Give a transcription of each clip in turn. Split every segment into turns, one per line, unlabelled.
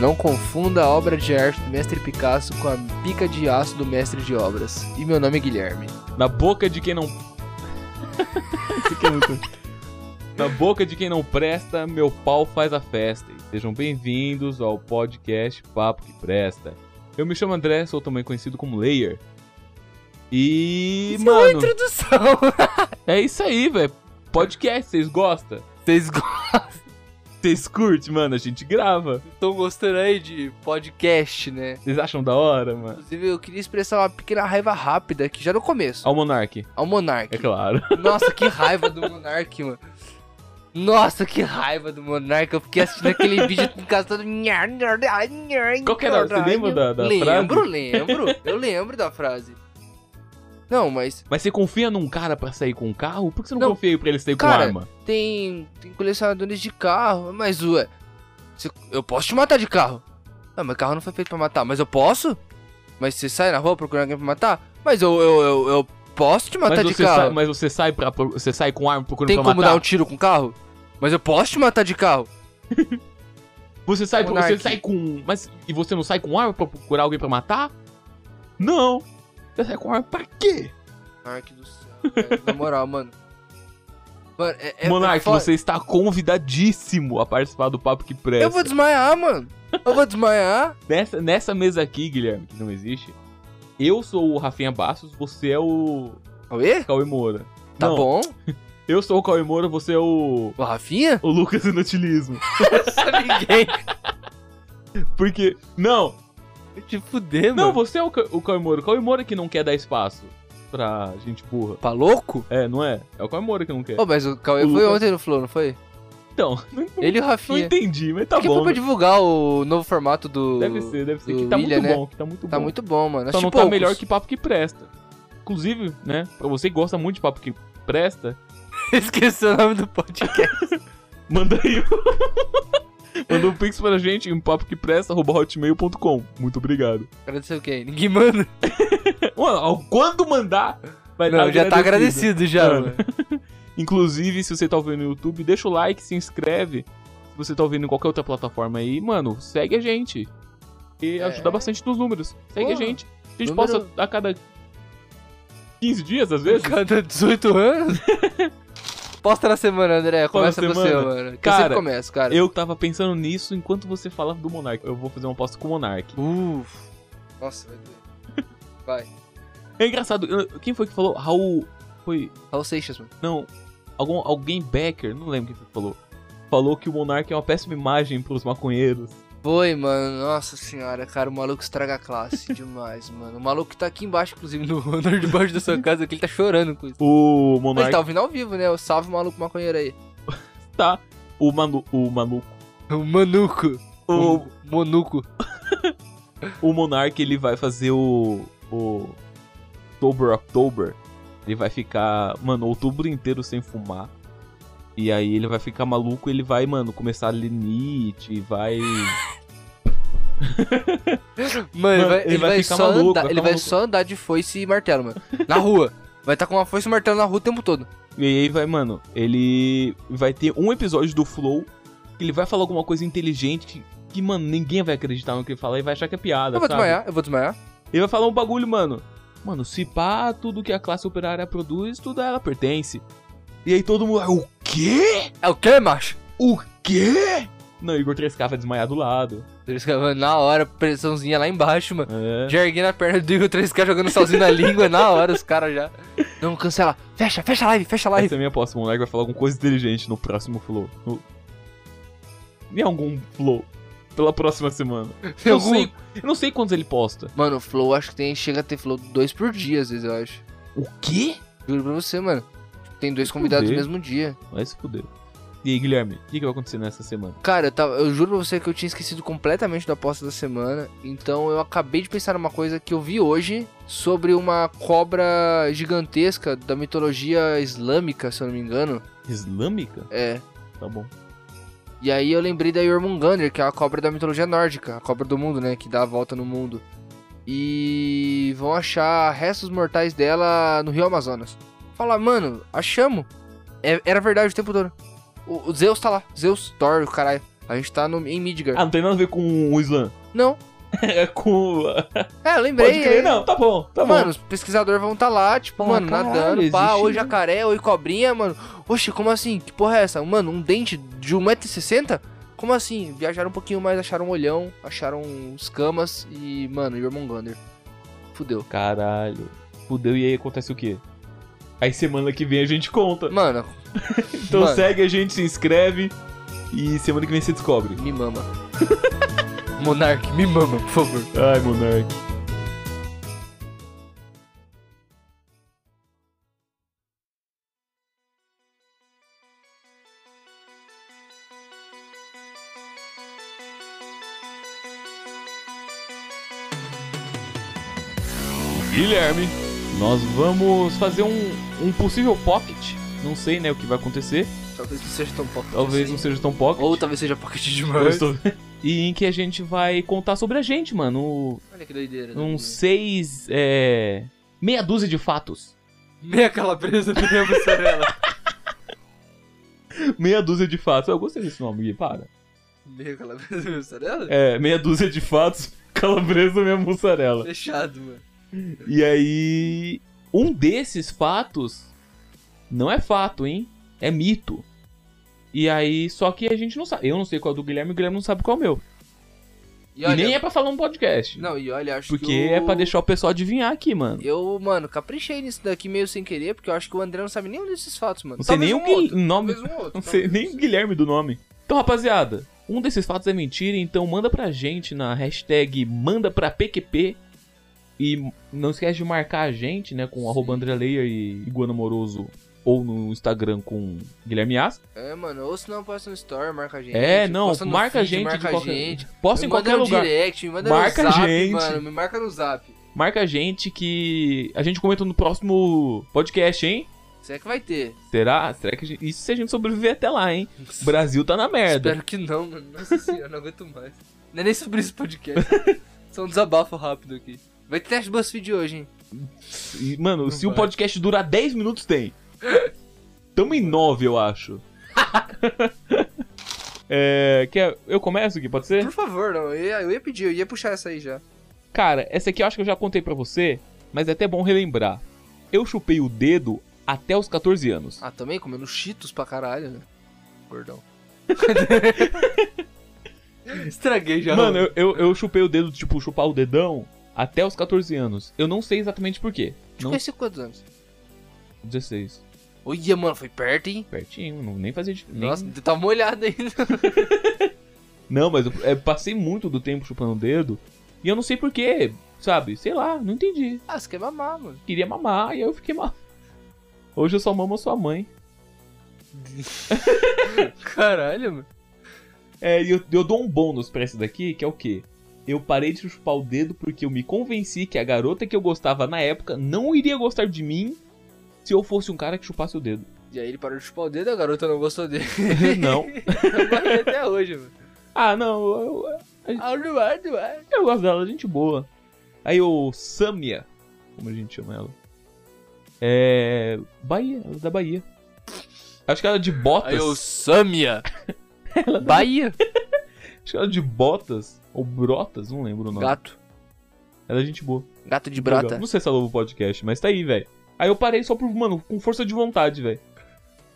Não confunda a obra de arte do mestre Picasso com a pica de aço do mestre de obras. E meu nome é Guilherme.
Na boca de quem não. Isso aqui é muito. Na boca de quem não presta, meu pau faz a festa. E sejam bem-vindos ao podcast Papo que Presta. Eu me chamo André, sou também conhecido como Layer. E.
Isso é uma
mano,
introdução.
é isso aí, velho. Podcast, vocês gostam?
Vocês go-
Vocês curtem, mano? A gente grava.
estão gostando aí de podcast, né?
Vocês acham da hora, mano?
Inclusive, eu queria expressar uma pequena raiva rápida aqui, já no começo.
Ao Monark,
Ao Monark.
é claro.
Nossa, que raiva do Monark, mano. Nossa, que raiva do Monark. Eu fiquei assistindo aquele vídeo em casa todo.
Qual que era? Você lembra da- da frase?
lembro, lembro. Eu lembro da frase. Não, mas
Mas você confia num cara pra sair com um carro? Por que você não,
Não,
confia aí pra ele sair com
cara,
arma?
tem, tem colecionadores de carro. Mas, ué, cê- eu posso te matar de carro. Não, mas carro não foi feito pra matar. Mas eu posso? Mas você sai na rua procurando alguém pra matar? Mas eu, eu, eu, eu posso te matar
Mas
de
você,
carro.
sai, mas você sai pra, você sai com arma procurando
Tem
pra
como
matar?
dar um tiro com carro? Mas eu posso te matar de carro.
Você sai, você
Monark.
sai com. Mas. E você não sai com arma pra procurar alguém pra matar? Não! Você sai com arma pra quê?
Monark do céu, velho. Na moral, mano. Mano, é, é-
Monark,
é foda.
você está convidadíssimo a participar do Papo que Presta.
Eu vou desmaiar, mano. Eu vou desmaiar.
nessa, nessa mesa aqui, Guilherme, que não existe, eu sou o Rafinha Bastos, você é o
Cauê?
Cauê Moura.
Tá
não,
bom.
Eu sou o Cauê Moura, você é o.
O Rafinha?
O Lucas Inutilismo.
ninguém.
Porque. Não!
Te fuder,
Não,
mano.
você é o, Ca- o Cauê Moura. O Cauê Moura que não quer dar espaço pra gente burra.
Tá louco?
É, não é? É o Cauê Moura que não quer.
Ô, mas o Cauê
O
foi
Lucas-
ontem no Flow, não foi?
Então, não,
Ele e o
não
Rafinha.
entendi, mas tá
É que foi
bom.
pra
né?
divulgar o novo formato do.
Deve ser, deve ser.
do
Que tá
William,
muito
né?
bom, que tá muito
Tá
bom.
muito bom, mano.
Só
Assisti
não tá
poucos.
melhor que Papo que Presta. Inclusive, né, pra você que gosta muito de Papo que Presta,
Esqueci o nome do podcast.
manda aí um- Manda um pix pra gente em papoquepresta.hotmail.com. Muito obrigado.
Agradecer o quê? Ninguém manda.
Mano, ao- quando mandar, vai
Não,
tá
já tá agradecido já,
Mano.
mano.
Inclusive, se você tá ouvindo no YouTube, deixa o like, se inscreve. Se você tá ouvindo em qualquer outra plataforma aí, mano, segue a gente. E
É.
ajuda bastante nos números. Segue a
Porra,
gente. A gente
número-
posta a cada 15 dias, às vezes.
Cada 18 anos? Posta na semana, André. Começa
na
você,
semana.
mano. Que eu
Cara,
sempre começo, cara.
Eu tava pensando nisso enquanto você falava do Monark. Eu vou fazer uma aposta com o Monark.
Uf. Nossa, vai doer. Vai.
É engraçado, eu- quem foi que falou? Raul. Foi.
Raul Seixas, mano.
Não. Algum, alguém Becker, não lembro quem foi que falou. Falou que o Monark é uma péssima imagem pros maconheiros.
Foi, mano. Nossa senhora, cara. O maluco estraga a classe demais, mano. O maluco que tá aqui embaixo, inclusive, no andar de baixo da sua casa, que ele tá chorando com isso.
O
Mas
Monark.
ele tá ouvindo ao vivo, né? Eu salve o maluco maconheiro aí.
tá. O, manu, o maluco.
O manuco.
O,
O monuco.
o Monark ele vai fazer o. O. October October. Ele vai ficar, mano, outubro inteiro sem fumar. E aí ele vai ficar maluco, ele vai, mano, começar a linite, vai.
Mano, ele vai,
ele
ele
vai
vai
ficar
só
maluco,
andar.
vai
ele
ficar
vai
maluco.
só andar de foice e martelo, mano. Na rua. Vai tá com uma foice e martelo na rua o tempo todo.
E aí vai, mano, ele vai ter um episódio do Flow que ele vai falar alguma coisa inteligente que, que, mano, ninguém vai acreditar no que ele fala e vai achar que é piada,
Eu vou
sabe?
desmaiar, eu vou desmaiar.
Ele vai falar um bagulho, mano. Mano, se pá, tudo que a classe operária produz, tudo a ela pertence. E aí todo mundo, "Ah, o quê?
É o que, macho?
O quê? Não, Igor 3K vai desmaiar do lado.
Por isso que, mano, na hora, pressãozinha lá embaixo, mano.
É.
Já erguei na perna do Igor 3K jogando salzinho na língua, na hora os caras já. Não, cancela. Fecha, fecha a live, fecha a live.
Essa é a minha aposta, o moleque vai falar alguma coisa inteligente no próximo Flow. No... Em algum Flow. Pela próxima semana.
Tem
Eu,
algum-
sei, eu não sei quantos ele posta.
Mano, o Flow acho que tem, chega a ter Flow dois por dia, às vezes, eu acho.
O quê?
Juro pra você, mano. Tem dois
Fuder.
convidados no mesmo dia.
Vai se fuder. E aí, Guilherme, o que, que vai acontecer nessa semana?
Cara, eu, tava- eu juro pra você que eu tinha esquecido completamente da aposta da semana. Então eu acabei de pensar numa coisa que eu vi hoje sobre uma cobra gigantesca da mitologia islâmica, se eu não me engano.
Islâmica?
É.
Tá bom.
E aí eu lembrei da Jormungandr, que é a cobra da mitologia nórdica, a cobra do mundo, né, que dá a volta no mundo. E vão achar restos mortais dela no Rio Amazonas. Fala, mano, achamos. É- era verdade o tempo todo. O, o Zeus tá lá, Zeus, Thor, o caralho. A gente tá no, em Midgar.
Ah, não tem nada a ver com o Islã.
Não.
É com.
É, eu lembrei.
Pode crer,
é.
não. Tá bom, tá bom.
mano, os pesquisadores vão tá lá, tipo,
Ah,
mano,
caralho,
nadando. Pá,
existe
oi
isso?
jacaré, oi cobrinha, mano. Oxe, como assim? Que porra é essa? Mano, um dente de 1,60m? Como assim? Viajaram um pouquinho mais, acharam um olhão, acharam escamas e, mano, e Gunder. Fudeu.
Caralho. Fudeu, e aí acontece o quê? Aí semana que vem a gente conta.
Mano,
Então
mano.
segue a gente, se inscreve e semana que vem você descobre.
me mama. Monark, me mama, por favor.
Ai, monarca. Guilherme, nós vamos fazer um, um possível pocket. Não sei, né, o que vai acontecer.
Talvez não seja tão pocket.
Talvez
assim.
não seja tão pocket.
Ou talvez seja pocket
Eu
demais.
estou- E em que a gente vai contar sobre a gente, mano.
Olha que doideira. né?
Uns seis. É. Meia dúzia de fatos.
Meia calabresa, meia mussarela.
Meia dúzia de fatos. Eu gostei desse nome, Gui, para.
meia calabresa, meia mussarela?
É, meia dúzia de fatos, calabresa, minha mussarela.
Fechado, mano.
E aí. Um desses fatos. Não é fato, hein? É mito. E aí, só que a gente não sabe. Eu não sei qual é o do Guilherme, o Guilherme não sabe qual é o meu. E, nem é pra falar num podcast.
Não, e olha, acho
porque
que. o-
é pra deixar o pessoal adivinhar aqui, mano.
Eu, mano, caprichei nisso daqui meio sem querer, porque eu acho que o André não sabe nenhum desses fatos, mano.
Não sei
Talvez
nem
um
o Gui-
outro,
nome.
Talvez um outro.
Não sei
talvez.
nem o Guilherme do nome. Então, rapaziada, um desses fatos é mentira, então manda pra gente na hashtag manda pra PQP. E não esquece de marcar a gente, né, com
Sim.
arroba André Leia e Iguana Moroso. Ou no Instagram com Guilherme As.
É, mano, ou se não, posta no story, marca a gente.
É, não,
posta no
marca a
feed,
gente
marca
de qualquer...
a gente.
Posta
me
em
manda
qualquer
no
lugar.
direct, me manda
Marca a
no zap,
gente.
mano, me marca no zap.
Marca a gente que a gente comenta no próximo podcast, hein?
Será é que vai ter?
Será? Será que a gente... Isso se a gente sobreviver até lá, hein? Brasil tá na merda.
Espero que não, mano. Nossa senhora, não aguento mais. Não é nem sobre esse podcast. Só um desabafo rápido aqui. Vai ter teste BuzzFeed hoje, hein?
E, mano, se o
vai.
podcast durar 10 minutos, tem. Tamo em 9, eu acho. é, quer, eu começo aqui, pode ser?
Por favor, não. Eu ia, eu ia pedir, eu ia puxar essa aí já.
Cara, essa aqui eu acho que eu já contei pra você, mas é até bom relembrar. Eu chupei o dedo até os 14 anos.
Ah, também comendo cheetos pra caralho, né? Gordão. Estraguei já.
Mano, eu, eu, eu chupei o dedo, tipo, chupar o dedão até os 14 anos. Eu não sei exatamente por quê.
Te
não-
conheci Tipo, quantos anos?
16.
Olha, mano, foi perto, hein?
Pertinho, não, nem fazia. dif- Nem...
Nossa, tá molhado ainda.
Não, mas eu é, passei muito do tempo chupando o dedo e eu não sei por quê, sabe? Sei lá, não entendi.
Ah, você quer mamar, mano.
queria mamar, e aí eu fiquei mal. Hoje eu só mamo sua mãe.
Caralho, mano.
É, e eu, eu dou um bônus pra essa daqui, que é o quê? Eu parei de chupar o dedo porque eu me convenci que a garota que eu gostava na época não iria gostar de mim se eu fosse um cara que chupasse o dedo.
E aí ele parou de chupar o dedo, a garota não gostou dele.
não.
Trabalhei até hoje, mano.
Ah, não, eu,
Ah, não é, não é.
eu gosto dela, gente boa. Aí o Samia, como a gente chama ela? É. Bahia, ela é da Bahia. Acho que ela é de botas.
Aí o Samia.
tá-
Bahia.
Acho que ela é de botas. Ou brotas, não lembro o nome.
Gato.
Ela é gente boa.
Gato de
Legal.
brata.
Não sei se ela ouve o podcast, mas tá aí, velho. Aí eu parei só por, mano, com força de vontade, velho.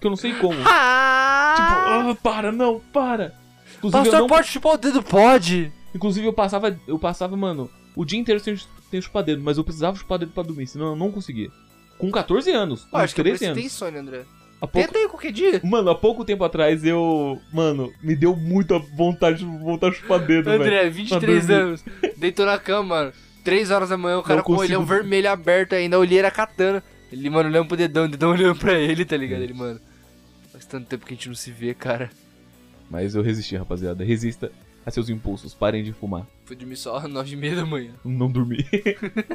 Que eu não sei como. tipo,
Ah!
ah, para, não, para. Inclusive, eu
Pastor,
não-
pode chupar o dedo? Pode.
inclusive Tipo, eu passava, eu passava, mano, o dia inteiro sem, sem chupar dedo, mas eu precisava chupar dedo pra dormir, senão eu não conseguia. Com 14 anos, com
Ah, acho que é por
13
isso que
anos.
tem insônia, André.
Há pouco-
Tenta aí qualquer dia.
Mano, há pouco tempo atrás eu. Mano, me deu muita vontade, vontade de chupar dedo, velho.
André,
Pra
23
dormir.
anos. Deitou na cama, mano. 3 horas da manhã, o cara
Não
com o
consigo.
olhão vermelho aberto ainda, a olheira catando. Ele, mano, olhando pro dedão, o dedão olhando pra ele, tá ligado? Ele, mano. Faz tanto tempo que a gente não se vê, cara.
Mas eu resisti, rapaziada. Resista a seus impulsos, parem de fumar.
Fui dormir só às 9 e meia da manhã.
Não dormir.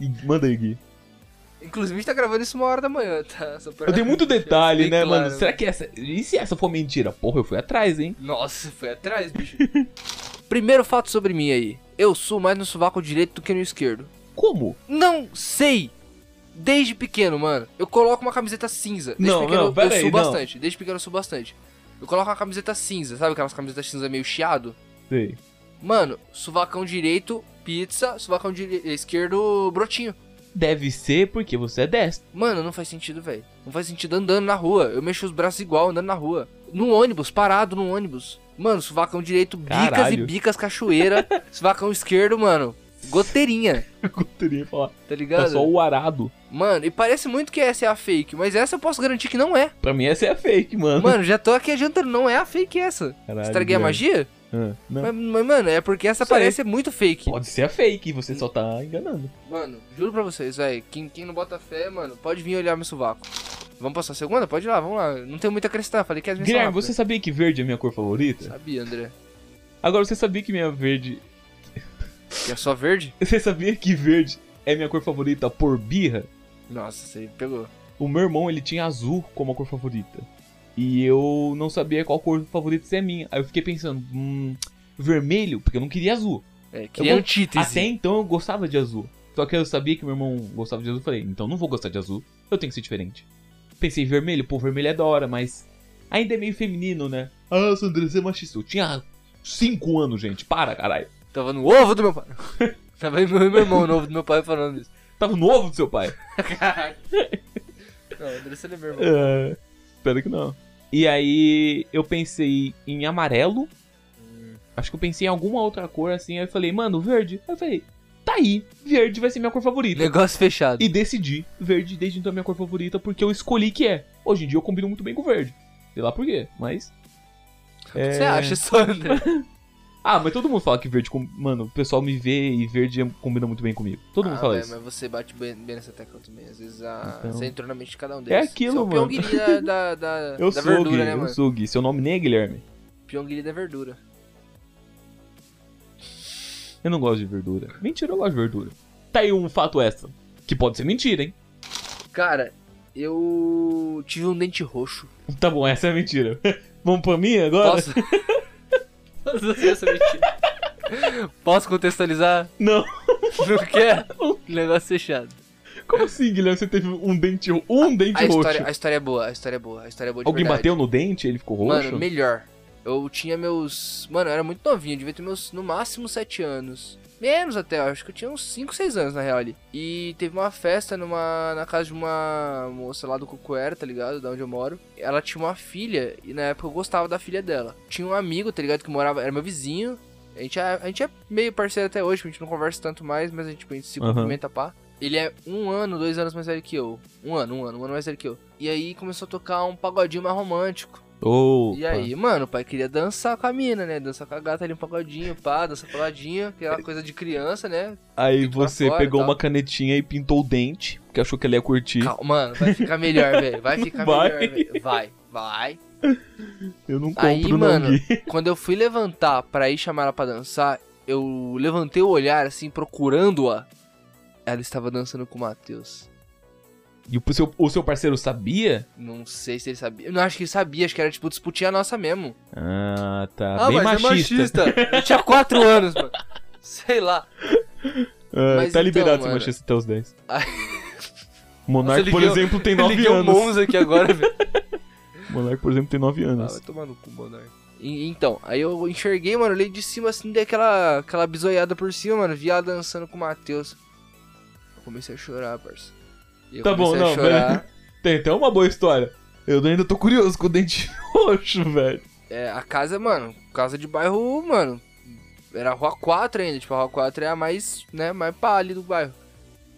e manda aí, Gui.
Inclusive, a gente tá gravando isso uma hora da manhã, tá? Só pra-
Eu dei muito detalhe,
Bem
né,
claro.
mano? Será que essa. E se essa for mentira? Porra, eu fui atrás, hein?
Nossa, foi atrás, bicho. Primeiro fato sobre mim aí. Eu sou mais no sovaco direito do que no esquerdo.
Como?
Não sei. Desde pequeno, mano. Eu coloco uma camiseta cinza. Desde
Não,
pequeno
não, pera
eu
aí,
subo
não.
bastante. Desde pequeno eu subo bastante. Eu coloco uma camiseta cinza, sabe aquelas camisetas cinza meio chiado?
Sei.
Mano, sovacão direito, pizza, sovacão dire- esquerdo, brotinho.
Deve ser porque você é destro.
Mano, não faz sentido, velho. Não faz sentido andando na rua. Eu mexo os braços igual andando na rua. No ônibus, parado no ônibus. Mano, sovacão direito, bicas
Caralho.
e bicas, cachoeira. sovacão esquerdo, mano, goteirinha.
Eu teria que falar.
Tá ligado?
Tá só o arado.
Mano, e parece muito que essa é a fake, mas essa eu posso garantir que não é.
Pra mim essa é a fake, mano.
Mano, já tô aqui adiantando, não é a fake essa.
Caralho,
Estraguei a
Guilherme.
magia?
Ah, não.
Mas, mas, mano, é porque essa
Sei.
parece muito fake.
Pode ser a fake, você só tá enganando.
Mano, juro pra vocês, velho. Quem, quem não bota fé, mano, pode vir olhar meu sovaco. Vamos passar a segunda? Pode ir lá, vamos lá. Não tenho muito a acrescentar, falei que as minhas são
Guilherme, você
rápidas.
sabia que verde é a minha cor favorita?
Sabia, André.
Agora, você sabia que minha verde...
Que é só verde?
Você sabia que verde é minha cor favorita por birra?
Nossa, você pegou.
O meu irmão, ele tinha azul como a cor favorita. E eu não sabia qual cor favorita seria minha. Aí eu fiquei pensando, hum, vermelho, porque eu não queria azul.
É, queria
vou-
antítese.
Até então eu gostava de azul. Só que eu sabia que meu irmão gostava de azul. eu Falei, então não vou gostar de azul. Eu tenho que ser diferente. Pensei, vermelho, pô, vermelho é da hora, mas ainda é meio feminino, né? Ah, Sandra, você é machista. Eu tinha 5 anos, gente. Para, caralho.
Tava no ovo do meu pai. Tava aí meu, meu irmão novo do meu pai falando isso.
Tava novo do seu pai.
Caralho. Não, André, você é meu irmão.
É, espero que não. E aí eu pensei em amarelo. Acho que eu pensei em alguma outra cor assim. Aí eu falei, mano, verde. Aí eu falei, tá aí, verde vai ser minha cor favorita.
Negócio fechado.
E decidi, verde desde então é minha cor favorita porque eu escolhi que é. Hoje em dia eu combino muito bem com verde. Sei lá por quê, mas. É.
Você acha só, André?
Ah, mas todo mundo fala que verde. com- Mano, o pessoal me vê e verde é, combina muito bem comigo. Todo mundo
Ah,
fala
velho,
isso.
Mas você bate bem, bem nessa tecla também. Às vezes a...
Então.
você entrou na mente de cada um deles.
aquilo,
você é o
mano.
Pyongyi da, da, da,
Eu
da
sou o
verdura,
Gui,
né,
eu
mano?
sou o Gui. Seu nome nem é Guilherme.
Pyongyi da verdura.
Eu não gosto de verdura. Mentira, eu gosto de verdura. Tá aí um fato extra. Que pode ser mentira, hein?
Cara, eu tive um dente roxo.
Tá bom, essa é mentira. Vamos pra mim agora?
Posso? Posso fazer essa mentira? Posso contextualizar?
Não.
Não quer? Negócio fechado.
Como assim, Guilherme? Você teve um dente, um dente
A
roxo?
história, a história é boa, a história é boa, a história é boa de
Alguém
verdade.
bateu no dente ele ficou roxo?
Mano, melhor. Eu tinha meus. Mano, eu era muito novinho, eu devia ter meus, no máximo, 7 anos. Menos até, eu acho que eu tinha uns 5, 6 anos na real ali. E teve uma festa numa, na casa de uma moça lá do Cucuera, tá ligado? Da onde eu moro. Ela tinha uma filha, e na época eu gostava da filha dela. Tinha um amigo, tá ligado? Que morava, era meu vizinho. A gente, é, a gente é meio parceiro até hoje, a gente não conversa tanto mais, mas a gente, tipo, a gente se
Aham.
cumprimenta pá. Ele é um ano, dois anos mais velho que eu. Um ano, um ano, um ano mais velho que eu. E aí começou a tocar um pagodinho mais romântico.
Opa.
E aí, mano, o pai queria dançar com a mina, né? Dançar com a gata ali um pagodinho, pá, dançar pagodinho, aquela é coisa de criança, né?
Aí
Fica pra
você
fora e
pegou
tal.
uma canetinha e pintou o dente, porque achou que ele ia curtir.
Calma, mano, vai ficar melhor, velho. Vai ficar
Vai.
melhor, velho. Vai, vai.
Eu não compro,
Aí,
não,
mano,
Gui.
quando eu fui levantar pra ir chamar ela pra dançar, eu levantei o olhar, assim, procurando-a. Ela estava dançando com o Matheus.
E o seu, o seu parceiro sabia?
Não sei se ele sabia. Eu não acho que ele sabia, acho que era tipo disputir a nossa mesmo.
Ah, tá. Bem
mas
machista.
é machista. Eu tinha 4 anos, mano. Sei lá.
Ah,
Mas
tá
então,
liberado ser
mano.
machista até os 10.
Ai.
Monark,
Nossa,
por
liguei o-
exemplo, tem 9
Liguei o
anos.
Monza aqui agora, velho.
Monark, por exemplo, tem 9
Ah,
anos.
vai tomar no cu, Monark. E- Então, aí eu enxerguei, mano, olhei de cima assim, dei aquela, aquela bisoiada por cima, mano, vi ela dançando com o Matheus. Eu comecei a chorar, parça. E eu
Tá bom,
comecei a
não,
chorar.
Tem até uma boa história. Eu ainda tô curioso com o dente roxo, velho.
É, a casa, mano, casa de bairro, mano, era a Rua 4 ainda, tipo, a Rua 4 é a mais, né, mais pá ali do bairro.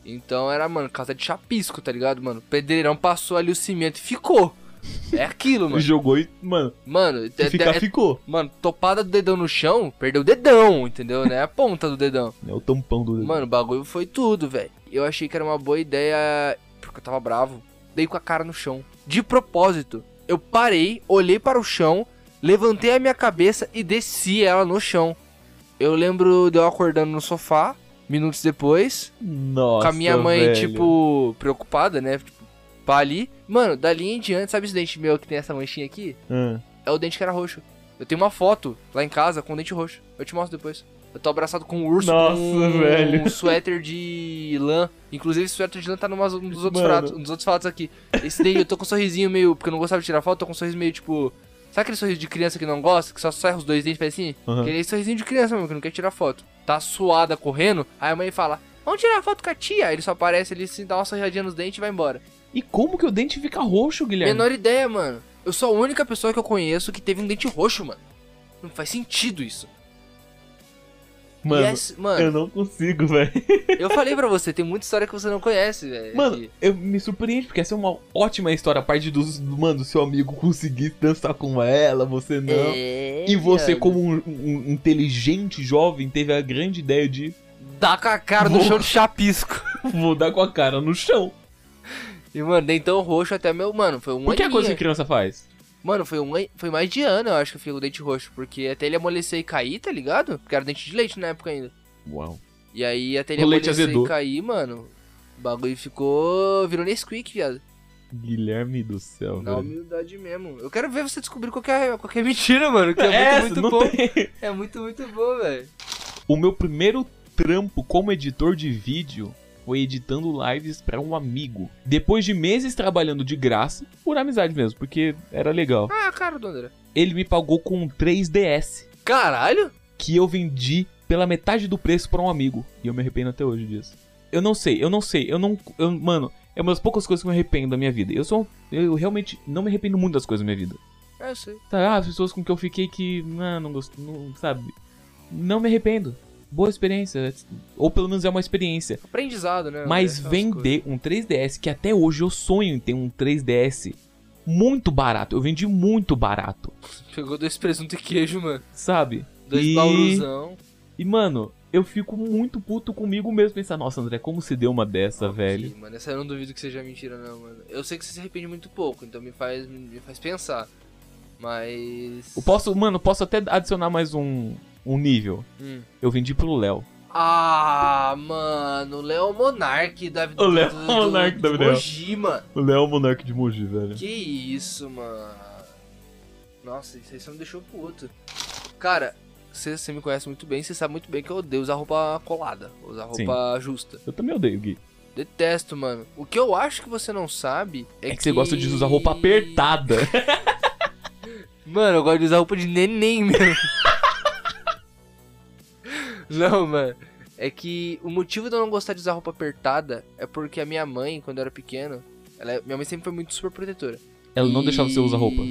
Então era, mano, casa de chapisco, tá ligado, mano? O pedreirão passou ali o cimento e ficou. É aquilo, mano.
Jogou e, mano,
Mano,
se
é-
ficar,
é-
ficou.
Mano, topada do dedão no chão, perdeu o dedão, entendeu? Né? A ponta do dedão.
É o tampão do dedo.
Mano, o bagulho foi tudo, velho. Eu achei que era uma boa ideia, porque eu tava bravo. Dei com a cara no chão. De propósito. Eu parei, olhei para o chão, levantei a minha cabeça e desci ela no chão. Eu lembro de eu acordando no sofá, minutos depois,
Nossa,
com a minha mãe,
velho.
tipo, preocupada, né? Tipo, pá ali. Mano, dali em diante, sabe esse dente meu que tem essa manchinha aqui?
Ah.
é o dente que era roxo. Eu tenho uma foto lá em casa com o dente roxo. Eu te mostro depois. Eu tô abraçado com um urso
Nossa,
com
velho.
um suéter de lã. Inclusive, esse suéter de lã tá numa, um dos outros
Mano.
pratos, um dos outros fatos aqui. Esse daí eu tô com um sorrisinho meio. Porque eu não gostava de tirar foto, tô com um sorriso meio tipo. Sabe aquele sorriso de criança que não gosta, que só sai os dois dentes e faz assim?
Aham.
Aquele sorrisinho de criança mesmo, que não quer tirar foto. Tá suada correndo, aí a mãe fala, vamos tirar foto com a tia. Aí ele só aparece ali, se dá uma sorrisadinha nos dentes e vai embora.
E como que o dente fica roxo, Guilherme?
Menor ideia, mano. Eu sou a única pessoa que eu conheço que teve um dente roxo, mano. Não faz sentido isso.
Mano,
E essa- mano,
eu não consigo, velho.
eu falei pra você, tem muita história que você não conhece, velho.
Mano,
que-
eu me surpreende, porque essa é uma ótima história. A parte dos, mano, do seu amigo conseguir dançar com ela, você não.
É,
E você,
viado.
como um, um inteligente jovem, teve a grande ideia de
Dá com a cara no
Vou-
chão de chapisco.
vou dar com a cara no chão.
E, mano, dentão roxo até meu. Mano, foi um
Por que a
aninho.
coisa que criança faz?
Mano, foi, um, an- foi mais de ano, eu acho que eu fiquei com o dente roxo. Porque até ele amolecer e cair, tá ligado? Porque era dente de leite na época ainda.
Uau.
E aí até ele
O leite
amolecer
azedou.
e cair, mano. O bagulho ficou. Virou Nesquik, viado.
Guilherme do céu,
Na
velho.
humildade mesmo. Eu quero ver você descobrir qualquer, qualquer mentira, mano. Que é muito,
Essa,
muito
não
bom.
tem.
É muito, muito bom, velho.
O meu primeiro trampo como editor de vídeo foi editando lives pra um amigo. Depois de meses trabalhando de graça, por amizade mesmo, porque era legal.
Ah, cara do André.
Ele me pagou com um 3DS.
Caralho?
que eu vendi pela metade do preço pra um amigo. E eu me arrependo até hoje disso. Eu não sei, eu não sei, eu não. eu- mano, é uma das poucas coisas que eu me arrependo da minha vida. Eu sou. um, Eu realmente não me arrependo muito das coisas da minha vida.
É, eu sei.
Sabe, ah, as pessoas com que eu fiquei que. Ah, não gosto. Não, sabe? Não me arrependo. Boa experiência. Ou pelo menos é uma experiência.
Aprendizado, né?
Mas
André? Essas coisas.
vender um 3DS, que até hoje eu sonho em ter um 3DS muito barato. Eu vendi muito barato.
Pegou dois presunto e queijo, mano.
Sabe?
Dois
E-
bauruzão.
E, mano, eu fico muito puto comigo mesmo pensar, nossa, André, como se deu uma dessa, tá velho?
Ih, mano, essa eu não duvido que seja mentira, não, mano. Eu sei que você se arrepende muito pouco, então me faz, me faz pensar. Mas.
Eu posso, mano, eu posso até adicionar mais um, um nível.
Hum.
Eu vendi pro Léo.
Ah, mano, o Léo Monark da
O Léo
do- do-
Monark da
do
Videl.
Mogi, mano.
O Léo é o monarca de Mogi, velho.
Que isso, mano. Nossa, isso aí só me deixou puto. Cara, você você me conhece muito bem, você sabe muito bem que eu odeio usar roupa colada, usar
Sim.
roupa justa.
Eu também odeio, Gui.
Detesto, mano. O que eu acho que você não sabe é,
É que, você gosta de usar roupa apertada.
Mano, eu gosto de usar roupa de neném mesmo. não, mano. É que o motivo de eu não gostar de usar roupa apertada é porque a minha mãe, quando eu era pequeno, ela, é, minha mãe sempre foi muito super protetora.
Ela não
E-
deixava você usar roupa.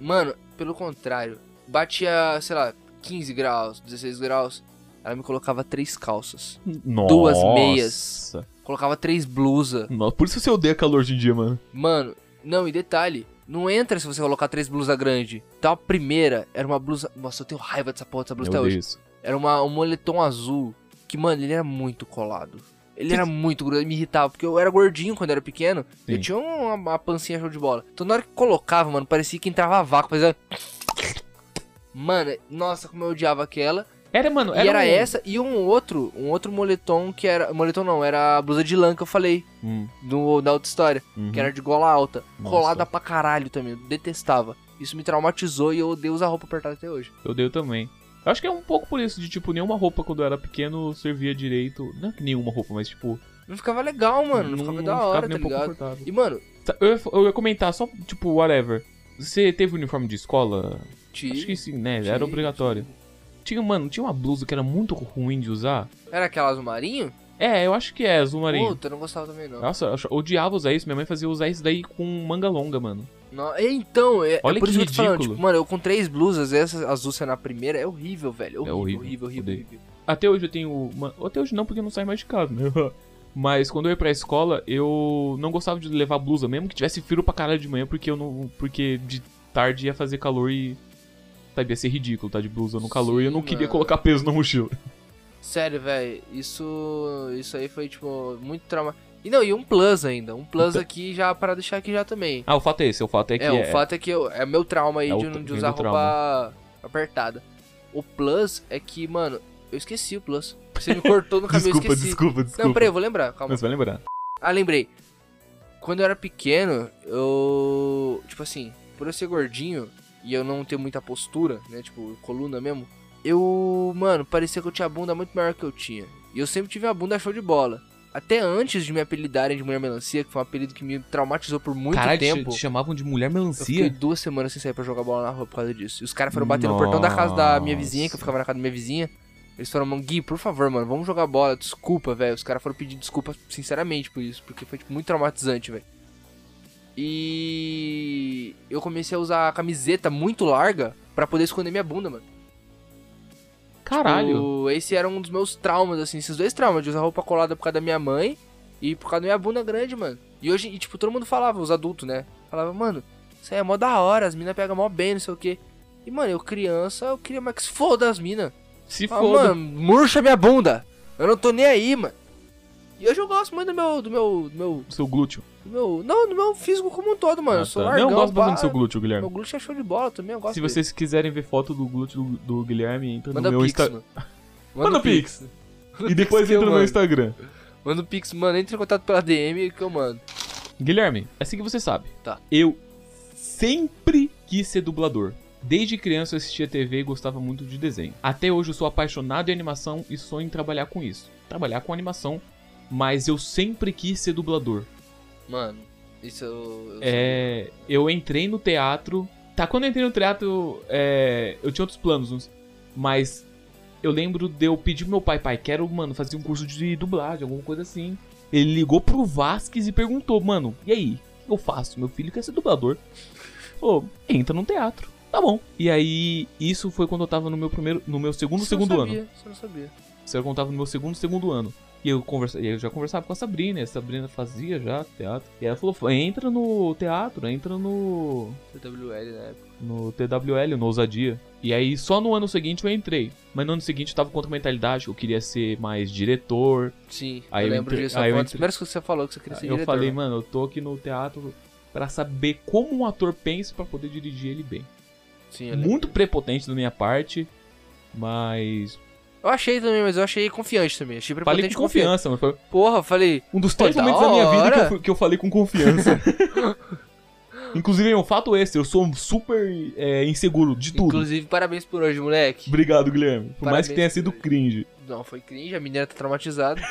Mano, pelo contrário. Batia, sei lá, 15 graus, 16 graus. Ela me colocava três calças.
Nossa.
meias. Colocava três blusas.
Nossa, por isso você odeia calor hoje em dia, mano.
Mano, não, e detalhe. Não entra se você colocar três blusas grandes. Então a primeira era uma blusa. Nossa, eu tenho raiva dessa porra dessa blusa
Eu
até
odeio
hoje.
isso.
Era uma, um moletom azul. Que, mano, ele era muito colado. Ele
Que-
era muito grudado, me irritava, porque eu era gordinho quando era pequeno. e
Sim.
Eu tinha um, uma, uma pancinha show de bola. Então na hora que colocava, mano, parecia que entrava vácuo, fazia. um Mano, nossa, como eu odiava aquela.
Era, mano,
e era
um-
essa e um outro, um outro moletom que era. Moletom não, era a blusa de lã que eu falei.
Hum,
Do, da outra história.
uhum.
Que era de gola alta.
Nossa.
Colada pra caralho também. Eu detestava. Isso me traumatizou e eu odeio usar roupa apertada até hoje.
Eu odeio também. Eu acho que é um pouco por isso, de tipo, nenhuma roupa quando eu era pequeno servia direito. Não é que nenhuma roupa, mas tipo,
Não ficava legal, mano. Não, ficava da hora,
nem
tá
um pouco
ligado?
confortável.
E, mano,
Tá, Eu ia, eu ia comentar só, tipo, whatever. Você teve uniforme de escola?
tive.
Acho que sim, né?
tive,
Era obrigatório. Tinha, mano, tinha uma blusa que era muito ruim de usar.
tive. Era aquela azul marinho?
É, eu acho que é, azul marinho.
Puta, eu não gostava também, não.
Nossa, eu ach- odiava usar isso. Minha mãe fazia usar isso daí com manga longa, mano.
Não, é, Então, é,
Olha
é por
que
isso que eu tô falando,
ridículo.
tipo, mano, eu com três blusas, essa azul ser na primeira, é horrível, velho.
É
Horrível,
horrível,
horrível, horrível.
odeio.
horrível.
Até hoje eu tenho. Uma... Até hoje não, porque eu não saio mais de casa, né? Mas quando eu ia pra escola, eu não gostava de levar blusa, mesmo que tivesse frio pra caralho de manhã, porque eu não. Porque de tarde ia fazer calor e. Sabe, ia ser ridículo, tá? De blusa no calor e eu
Sim,
não queria
mano.
colocar peso na mochila.
Sério, velho, isso, isso aí foi, tipo, muito trauma. E não, e um plus ainda. Um plus
Puta.
aqui já pra deixar aqui já também.
Ah, o fato é esse, o fato é que.
É, o fato é que eu, é meu trauma aí
É o
de,
tra-
não- de
vem
usar
do
roupa apertada. O plus é que, mano, eu esqueci o plus. Você me cortou no caminho, eu
Desculpa,
esqueci.
desculpa,
Não,
desculpa.
peraí, eu vou lembrar, calma.
Mas vai lembrar.
Ah, lembrei. Quando eu era pequeno, eu. Tipo assim, por eu ser gordinho e eu não ter muita postura, né? Tipo, coluna mesmo. Eu. Mano, parecia que eu tinha a bunda muito maior que eu tinha. E eu sempre tive a bunda show de bola. até antes de me apelidarem de Mulher Melancia, que foi um apelido que me traumatizou por muito
Caralho, te-
tempo.
te chamavam de mulher
Eu fiquei
melancia?
duas semanas sem sair pra jogar bola na rua por causa disso. E os caras foram bater no portão da casa da minha vizinha, que eu
Nossa.
ficava na casa da minha vizinha. Eles falaram, mano, Gui, por favor, mano, vamos jogar bola. Desculpa, velho. Os caras foram pedir desculpa, sinceramente, por isso. Porque foi, tipo, muito traumatizante, velho. E... Eu comecei a usar a camiseta muito larga pra poder esconder minha bunda, mano. tipo,
Caralho.
O- Esse era um dos meus traumas, assim. Esses dois traumas, de usar roupa colada por causa da minha mãe e por causa da minha bunda grande, mano. E hoje, e, tipo, todo mundo falava, os adultos, né? Falava, mano, isso aí é mó da hora, as minas pegam mó bem, não sei o quê. E, mano, eu criança, eu queria mais que se foda as minas.
Se
Ah,
foda.
mano, murcha minha bunda. Eu não tô nem aí, mano. E hoje eu gosto muito do meu. do meu. do meu.
Seu glúteo.
do meu- não, do meu físico como um todo, mano.
Ah,
eu sou
tá.
largão,
Não, eu gosto bastante do
pá.
seu glúteo,
Meu
Guilherme.
glúteo é show de bola também, eu gosto
Se
dele.
vocês quiserem ver foto do glúteo do, do Guilherme, entra
Manda
no meu
pix,
Instagram.
mano.
Manda pix. E depois
que eu
entra no meu
mando.
Instagram.
Manda o Pix, mano, entra em contato pela DM que eu mando.
Guilherme, assim que você sabe.
Tá.
Eu sempre quis ser dublador. Desde criança eu assistia TV e gostava muito de desenho. Até hoje eu sou apaixonado em animação e sonho em trabalhar com isso. Trabalhar com animação, mas eu sempre quis ser dublador.
Mano, isso eu. eu
É, eu entrei no teatro. Tá, quando eu entrei no teatro, é, eu tinha outros planos, uns- mas eu lembro de eu pedir pro meu pai, pai, quero, mano, fazer um curso de dublagem, alguma coisa assim. Ele ligou pro Vasquez e perguntou, mano, e aí? O que eu faço? Meu filho quer ser dublador. Falou, entra no teatro. Tá bom. E aí, isso foi quando eu tava no meu primeiro, no meu segundo,
Isso eu não
segundo ano.
sabia, Isso eu não sabia.
Isso eu contava no meu segundo, segundo ano. E eu, conversa, e eu já conversava com a Sabrina, e a Sabrina fazia já teatro. E ela falou, entra no teatro, entra no,
TWL na época.
no TWL, no Ousadia. E aí só no ano seguinte eu entrei. Mas no ano seguinte eu tava com outra mentalidade, eu queria ser mais diretor.
Sim,
Aí
eu
eu
lembro
entrei-
disso.
aí
Foi
eu
uma das
entrei- Ah,
primeiras coisas que você falou que você queria ser
eu
diretor.
falei,
né?
mano, eu tô aqui no teatro pra saber como um ator pensa pra poder dirigir ele bem.
Sim, eu lembro.
Muito prepotente da minha parte, mas...
Eu achei também, mas eu achei confiante também. Achei
Falei
prepotente
com
e confiante.
confiança, mas foi
Porra, eu falei.
Um dos
Pô,
três
da
momentos da minha vida que eu,
hora.
fui- que eu falei com confiança. Inclusive, é um fato esse, eu sou um super é, inseguro de tudo.
Inclusive, parabéns por hoje, moleque.
Obrigado, Guilherme. Por mais
Parabéns,
que tenha sido cringe.
Não, foi cringe, a menina tá traumatizada.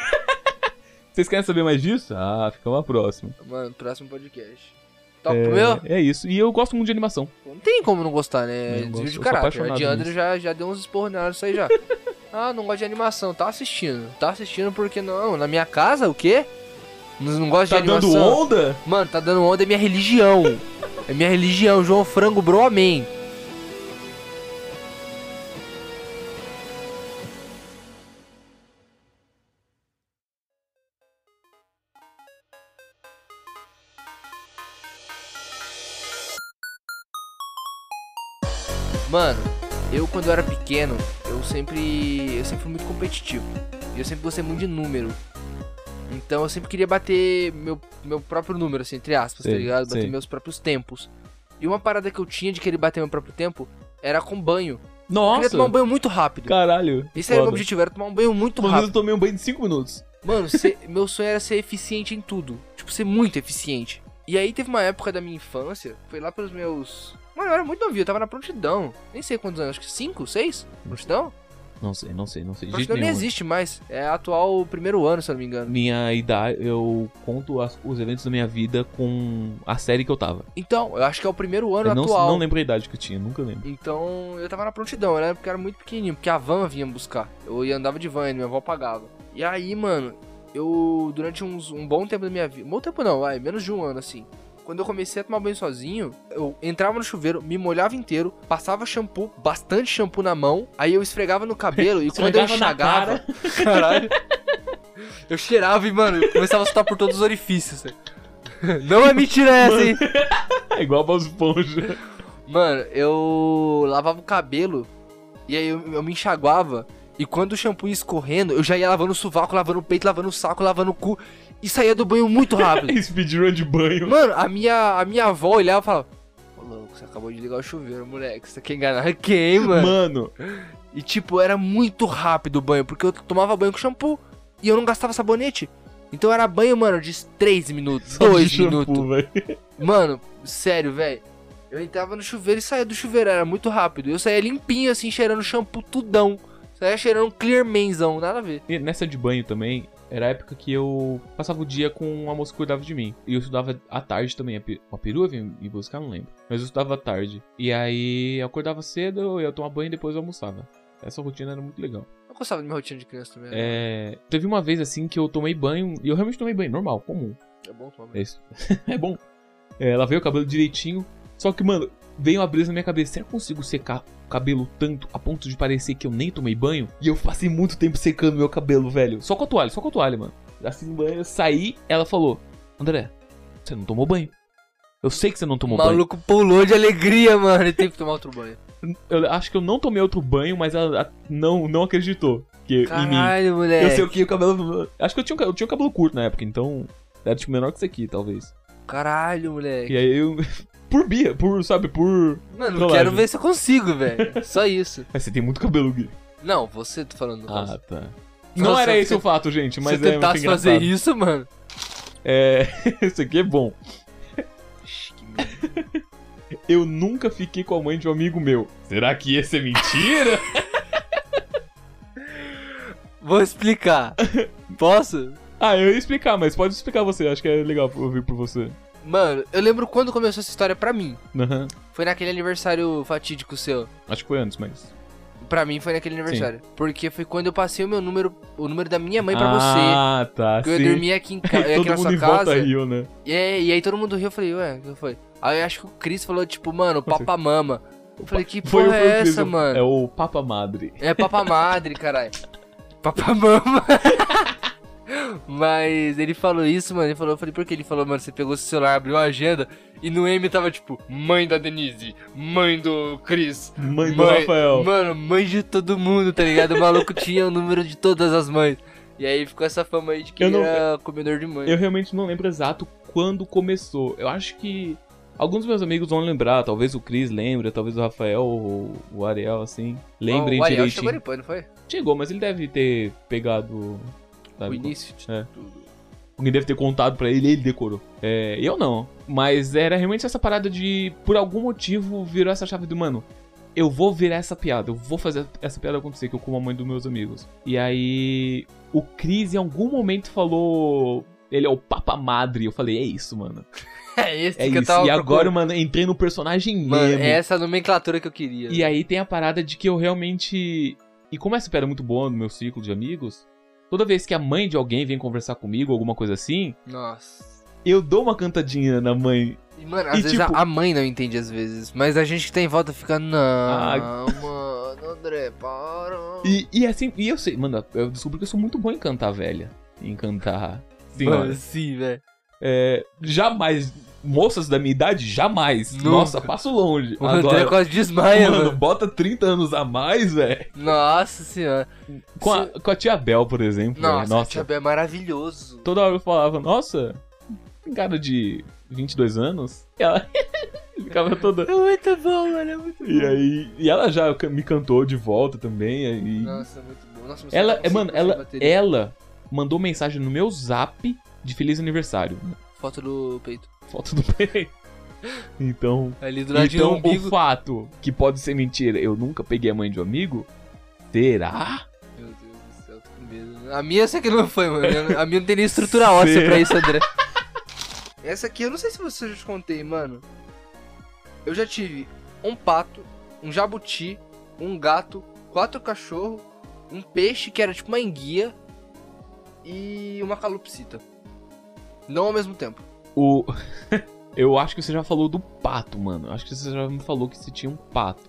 Vocês querem saber mais disso? Ah, fica uma próxima.
mano, próximo podcast. Top
é,
meu?
é isso. E eu gosto muito de animação.
Não tem como não gostar, né?
Não
Desvio
gosto,
de
eu sou
caráter. A
apaixonado
Diandra
nisso.
já, já deu uns esporros nela nisso aí já. ah, não gosta de animação. Tá assistindo. Tá assistindo porque não. Na minha casa, o quê? Não, não gosta
Tá
de
dando
animação.
onda?
Mano, tá dando onda é minha religião. é minha religião. João Frango, bro, amém. Mano, eu quando eu era pequeno, eu sempre. Eu sempre fui muito competitivo. E eu sempre gostei muito de número. Então eu sempre queria bater meu, meu próprio número, assim, entre aspas,
Sei,
tá ligado? Bater
sei.
meus próprios tempos. E uma parada que eu tinha de querer bater meu próprio tempo era com banho. Eu queria
Nossa!
tomar um banho muito rápido.
Caralho.
Esse era o meu
foda.
objetivo, era tomar um banho muito
Pelo menos
rápido.
eu tomei um banho de 5 minutos.
Mano, ser- meu sonho era ser eficiente em tudo. Tipo, ser muito eficiente. E aí teve uma época da minha infância, foi lá pelos meus. Mano, eu era muito novinho, eu tava na prontidão. Nem sei quantos anos, acho que 5, 6? Prontidão?
Não sei, não sei, não sei. de jeito
Prontidão nem
nenhum.
existe mais. É atual primeiro ano, se eu não me engano.
Minha idade, eu conto as- os eventos da minha vida com a série que eu tava.
Então, eu acho que é o primeiro ano
Eu não,
atual.
não lembro a idade que eu tinha, nunca lembro.
Então eu tava na prontidão, né? Porque eu era muito pequenininho, porque a van vinha me buscar. Eu ia andava de van, e minha avó pagava. E aí, mano, eu durante uns, um bom tempo da minha vida, bom tempo não, vai, menos de um ano assim. Quando eu comecei a tomar banho sozinho, eu entrava no chuveiro, me molhava inteiro, passava shampoo, bastante shampoo na mão, aí eu esfregava no cabelo e quando eu
Esfregava na
enxagava, caralho, eu cheirava e, mano, eu começava a soltar por todos os orifícios. né? Não é mentira essa, hein?
É igual a Bob Esponja.
Mano, eu lavava o cabelo e aí eu, eu me enxaguava. E quando o shampoo ia escorrendo, eu já ia lavando o sovaco, lavando o peito, lavando o saco, lavando o cu. E saía do banho muito rápido.
Speedrun de banho.
Mano, a minha, a minha avó olhava e falava: Ô louco, você acabou de ligar o chuveiro, moleque. Você quer enganar quem, mano?
Mano,
E tipo, era muito rápido o banho, porque eu tomava banho com shampoo e eu não gastava sabonete. Então era banho, mano, de 3 minutos,
só de
2
shampoo,
minutos.
velho.
Mano, sério, velho. Eu entrava no chuveiro e saía do chuveiro, era muito rápido. Eu saía limpinho, assim, cheirando shampoo tudão. Saía cheirando clear manzão, nada a ver.
E nessa de banho também, Era a época que eu passava o dia com uma moça que cuidava de mim. E eu estudava à tarde também. A pe- Uma perua vinha me buscar, não lembro. Mas eu estudava à tarde. E aí eu acordava cedo, eu ia tomar banho e depois eu almoçava. Essa rotina era muito legal.
Eu gostava de minha rotina de criança também. né?
É, teve uma vez assim que eu tomei banho. E eu realmente tomei banho, normal, comum.
É bom tomar
É
banho.
isso. é bom. É, lavei o cabelo direitinho. Só que, mano, veio uma brisa na minha cabeça. Será que eu consigo secar o cabelo tanto a ponto de parecer que eu nem tomei banho? E eu passei muito tempo secando meu cabelo, velho. Só com a toalha, só com a toalha, mano. Assim, banho, eu saí. Ela falou: André, você não tomou banho. Eu sei que você não
O
tomou banho.
maluco pulou de alegria, mano. Ele teve que tomar outro banho.
Eu acho que eu não tomei outro banho, mas ela a- não, não acreditou que, em mim.
Caralho,
Eu
moleque.
sei o que o cabelo. Acho que eu tinha, um ca- eu tinha um cabelo curto na época, então. Era tipo menor que isso aqui, talvez.
Caralho, moleque.
E aí eu. Por bia, por, sabe, por.
Mano,
trollagem.
quero ver se eu consigo, velho. Só isso.
Mas você tem muito cabelo, Gui.
Não, você tô falando. no caso.
tá.
Nossa,
Não era
se
esse
eu-
o fato, gente, mas
se eu
é muito
tentasse
engraçado.
fazer isso, mano.
É, isso aqui é bom.
Ixi, que merda.
Eu nunca fiquei com a mãe de um amigo meu. Será que esse é mentira?
Vou explicar. Posso?
ah, eu ia explicar, mas pode explicar você. Acho que é legal ouvir por você.
Mano, eu lembro quando começou essa história pra mim.
Aham.
Foi naquele aniversário fatídico seu.
Acho que foi antes, mas.
Pra mim foi naquele aniversário. Porque foi quando eu passei o meu número, o número da minha mãe pra você.
ah, tá.
Que eu
sim.
dormia aqui, em ca... aqui
Todo
na
mundo
sua
em
casa.
volta riu, né?
E, aí- e aí todo mundo riu, eu falei, ué, o que foi? Aí eu acho que o Cris falou, tipo, mano, papamama. Eu falei, que
Foi,
porra
foi o
é
Cris,
essa,
o-
mano?
É o Papa Madre.
É Papa Madre, caralho. Papa Mama. Mas ele falou isso, mano. Ele falou, eu falei, por que? Ele falou, mano, você pegou seu celular, abriu a agenda e no M tava tipo, mãe da Denise, mãe do Cris.
Mãe do Rafael.
Mano, mãe de todo mundo, tá ligado? O maluco tinha o número de todas as mães. E aí ficou essa fama aí de que
Eu
ele
não-
era comedor de mãe.
Eu realmente não lembro exato quando começou. Eu acho que alguns dos meus amigos vão lembrar, talvez o Cris lembre, talvez o Rafael ou o Ariel, assim, lembrem
o Ariel
direitinho.
chegou
Chegou,
depois, não foi?
mas ele deve ter pegado. sabe,
o início de
É.
tudo.
Alguém deve ter contado pra ele, ele decorou. É, eu não. Mas era realmente essa parada de, por algum motivo, virou essa chave do mano. Eu vou virar essa piada, eu vou fazer essa piada acontecer, que eu como a mãe dos meus amigos. E aí, o Cris em algum momento falou. Ele é o Papa Madre. Eu falei, é isso, mano.
É esse
É
que eu
isso.
tava
E agora,
procurando.
mano, entrei no personagem
Mano,
mesmo.
é essa a nomenclatura que eu queria.
E aí tem a parada de que eu realmente. E como essa piada é muito boa no meu ciclo de amigos, toda vez que a mãe de alguém vem conversar comigo, alguma coisa assim,
Nossa.
eu dou uma cantadinha na mãe.
E, mano, às
E,
vezes a-
tipo-
a, mãe não entende às vezes, mas a gente que tá em volta fica, não,
Ah.
mano, André, para.
E, e assim, e eu sei, mano, eu descobri que eu sou muito bom em cantar velha. Em cantar.
mano,
Senhora.
sim, velho.
É, jamais. Moças da minha idade, jamais.
Nunca.
Nossa, passo longe.
O é André
Agora,
quase desmaia,
mano,
mano.
bota 30 anos a mais, velho.
Nossa senhora.
Com, a- com a tia Bel, por exemplo. velho.
Nossa, o Tchabé é maravilhoso.
toda hora eu falava, nossa, tem cara de 22 anos. E ela ficava toda.
É muito bom, mano, é muito bom.
E aí, e ela já can- me cantou de volta também. E...
Nossa, muito bom. Nossa, tá mas eu não
ela, é,
consigo
mano,
fazer
ela,
bateria.
ela mandou mensagem no meu zap de feliz aniversário.
Foto do peito.
Foto do bem. Então,
Ali do lado de um
então o
umbigo.
fato que pode ser mentira, eu nunca peguei a mãe de um amigo. Será?
Meu Deus do céu, tô com medo. A minha eu sei que não foi, mano. Eu- A minha não tem nem estrutura óssea pra isso, André. Essa aqui eu não sei se você eu já te contei, mano. Eu já tive um pato, um jabuti, um gato, quatro cachorros, um peixe que era tipo uma enguia e uma calopsita. Não ao mesmo tempo.
O Eu acho que você já falou do pato, mano. Acho que você já me falou que você tinha um pato.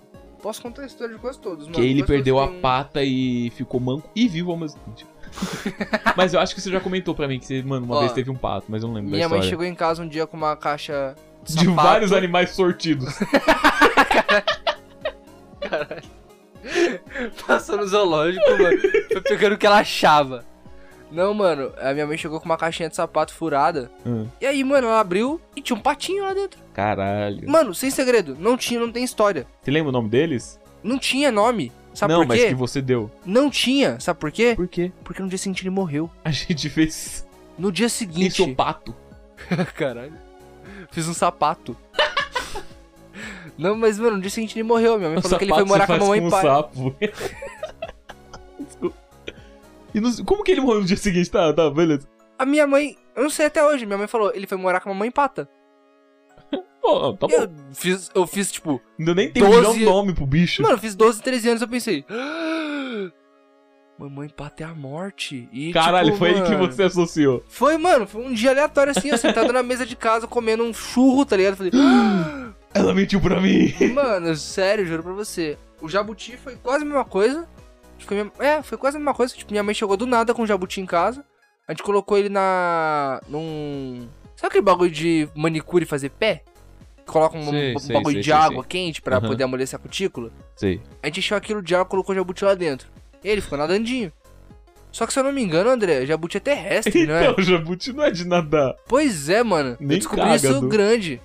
Posso contar a história de quase todos, mano.
Que
Quase
ele
todos
perdeu a
têm um-
pata e ficou manco e vivo ao mesmo tempo. mas eu acho que você já comentou pra mim que você, mano, uma
Ó,
vez teve um pato, mas eu não lembro
Minha
da
mãe
história.
chegou em casa um dia com uma caixa
De
sapato.
vários animais sortidos.
Passou no zoológico, mano. Foi pegando o que ela achava. Não, mano, a minha mãe chegou com uma caixinha de sapato furada.
Hum.
E aí, mano, ela abriu e tinha um patinho lá dentro.
Caralho.
Mano, sem segredo, não tinha, não tem história.
Você lembra o nome deles?
Não tinha nome. Sabe
não,
por
mas
quê?
que você deu.
Não tinha. Sabe por quê?
Por quê?
Porque no dia seguinte ele morreu.
A gente fez
No dia seguinte.
isso o pato.
Caralho. Fiz um sapato. não, mas, mano, no dia seguinte ele morreu. Minha mãe
O
falou que ele
sapato
foi morar
você
com a
faz
mamãe
com
e
um
pai.
sapo. Desculpa. E não- como que ele morreu no dia seguinte? Tá, tá, beleza.
A minha mãe, eu não sei até hoje, minha mãe falou, ele foi morar com a mamãe pata.
Pô, tá bom.
Eu fiz, eu fiz tipo,
Ainda nem tem um
12
melhor nome pro bicho.
mano, eu fiz 12, 13 anos, eu pensei, "Ah, mamãe pata é a morte. E,
Caralho,
tipo,
foi aí que
mano,
você associou.
Foi, mano, foi um dia aleatório assim, eu sentado na mesa de casa comendo um churro, tá ligado? Eu Falei,
Ela mentiu pra mim.
Mano, sério, juro pra você. O jabuti foi quase a mesma coisa. Tipo, minha- É, foi quase a mesma coisa. Tipo, minha mãe chegou do nada com o jabuti em casa. A gente colocou ele na. num. Sabe aquele bagulho de manicure e fazer pé? Coloca um,
Sei,
um
sei,
bagulho
sei,
de
sei,
água quente pra
Aham.
poder amolecer a cutícula.
Sei.
A gente encheu aquilo de água e colocou o jabuti lá dentro. Ele ficou nadandinho. Só que se eu não me engano, André, jabuti é terrestre, não é?
Então, Jabuti não é de nadar.
Pois é, mano.
Nem
eu descobri
caga,
isso
Du.
grande.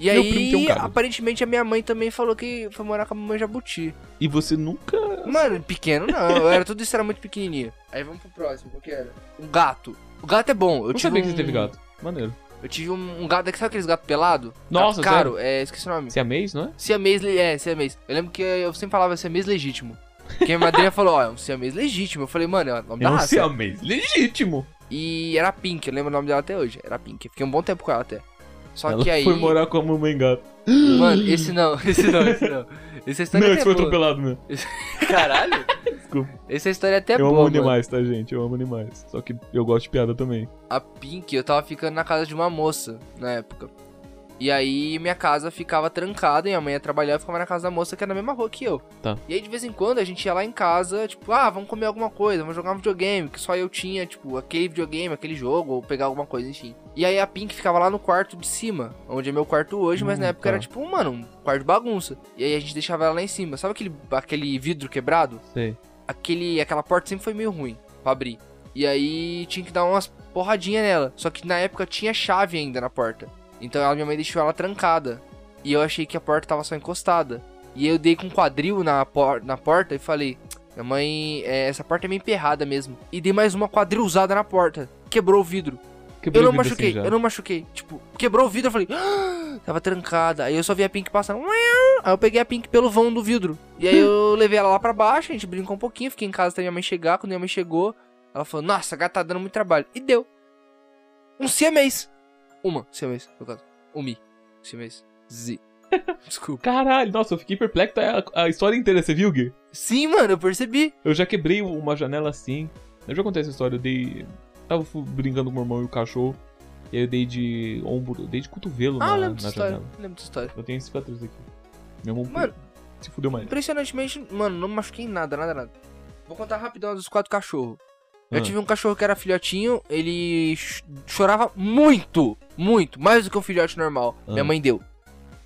E
Meu primo tem um
aí,
caga.
aparentemente, a minha mãe também falou que foi morar com a mamãe jabuti.
E você nunca.
Mano, pequeno não. Eu era tudo isso, era muito pequenininho. Aí vamos pro próximo, qual que era? Um gato. O gato é bom. Eu
Eu não
tive
sabia
um...
que você teve gato. Maneiro.
Eu tive um, um gato, sabe aqueles gatos pelado?
Nossa,
gato caro. É, esqueci o nome.
Você é mês, não é?
Siamês, le- é, siamês. Eu lembro que eu sempre falava siamês legítimo. Porque a minha madrinha falou, ó, é um siamês legítimo. Eu falei, mano, é o nome
é
da
um
raça.
siamês. Legítimo.
E era Pink, eu lembro o nome dela até hoje. Era Pink. Eu fiquei um bom tempo com ela até. Só
Ela
que aí.
foi morar com a mamãe gato.
Mano, esse não, esse não, esse não. Essa história
Não,
até
esse foi
é boa.
atropelado mesmo.
Caralho?
Desculpa.
Essa história até é
eu
boa.
amo
mano.
animais, tá, gente? Eu amo animais. Só que eu gosto de piada também.
A Pink, eu tava ficando na casa de uma moça na época. E aí minha casa ficava trancada e a mãe ia trabalhar e eu ficava na casa da moça que era na mesma rua que eu.
Tá.
E aí de vez em quando a gente ia lá em casa, tipo, ah, vamos comer alguma coisa, vamos jogar um videogame, que só eu tinha, tipo, aquele videogame, aquele jogo, ou pegar alguma coisa, enfim. E aí a Pink ficava lá no quarto de cima, onde é meu quarto hoje, mas
Hum,
na época
tá.
era tipo, mano, um quarto de bagunça. E aí a gente deixava ela lá em cima. Sabe aquele, aquele vidro quebrado?
Sei.
aquele, aquela porta sempre foi meio ruim pra abrir. E aí tinha que dar umas porradinhas nela. Só que na época tinha chave ainda na porta. Então ela, minha mãe deixou ela trancada. E eu achei que a porta tava só encostada. E eu dei com um quadril na, por na porta e falei: Minha mãe, é, essa porta é meio emperrada mesmo. E dei mais uma quadrilzada na porta. Quebrou o vidro.
Tipo
Eu
assim,
não machuquei, eu não machuquei. Tipo, quebrou o vidro, eu falei. "Ah", tava trancada. Aí eu só vi a Pink passando. "Miau". Aí eu peguei a Pink pelo vão do vidro. E aí eu levei ela lá pra baixo, a gente brincou um pouquinho, fiquei em casa até minha mãe chegar. Quando minha mãe chegou, ela falou, nossa, a gata tá dando muito trabalho. E deu. Um siamês. Uma, siamês, no caso. Um mi. Siamês. Z. Desculpa.
Caralho, nossa, eu fiquei perplexo Tá, a, a história inteira, você viu, Gui?
Sim, mano, eu percebi.
Eu já quebrei uma janela assim. Eu já contei essa história, eu dei. Tava fu- brincando com o meu irmão e o cachorro. E aí eu dei de ombro, eu dei de cotovelo
Ah,
na,
eu lembro dessa
na
história.
janela.
Lembro dessa história.
Eu tenho cicatriz aqui. Meu irmão
Mano.
se fudeu mais.
Impressionantemente, mano, não me machuquei em nada, nada, nada. Vou contar rapidão a dos quatro cachorros.
Ah.
Eu tive um cachorro que era filhotinho, ele ch- chorava muito, muito, mais do que um filhote normal.
Ah.
Minha mãe deu.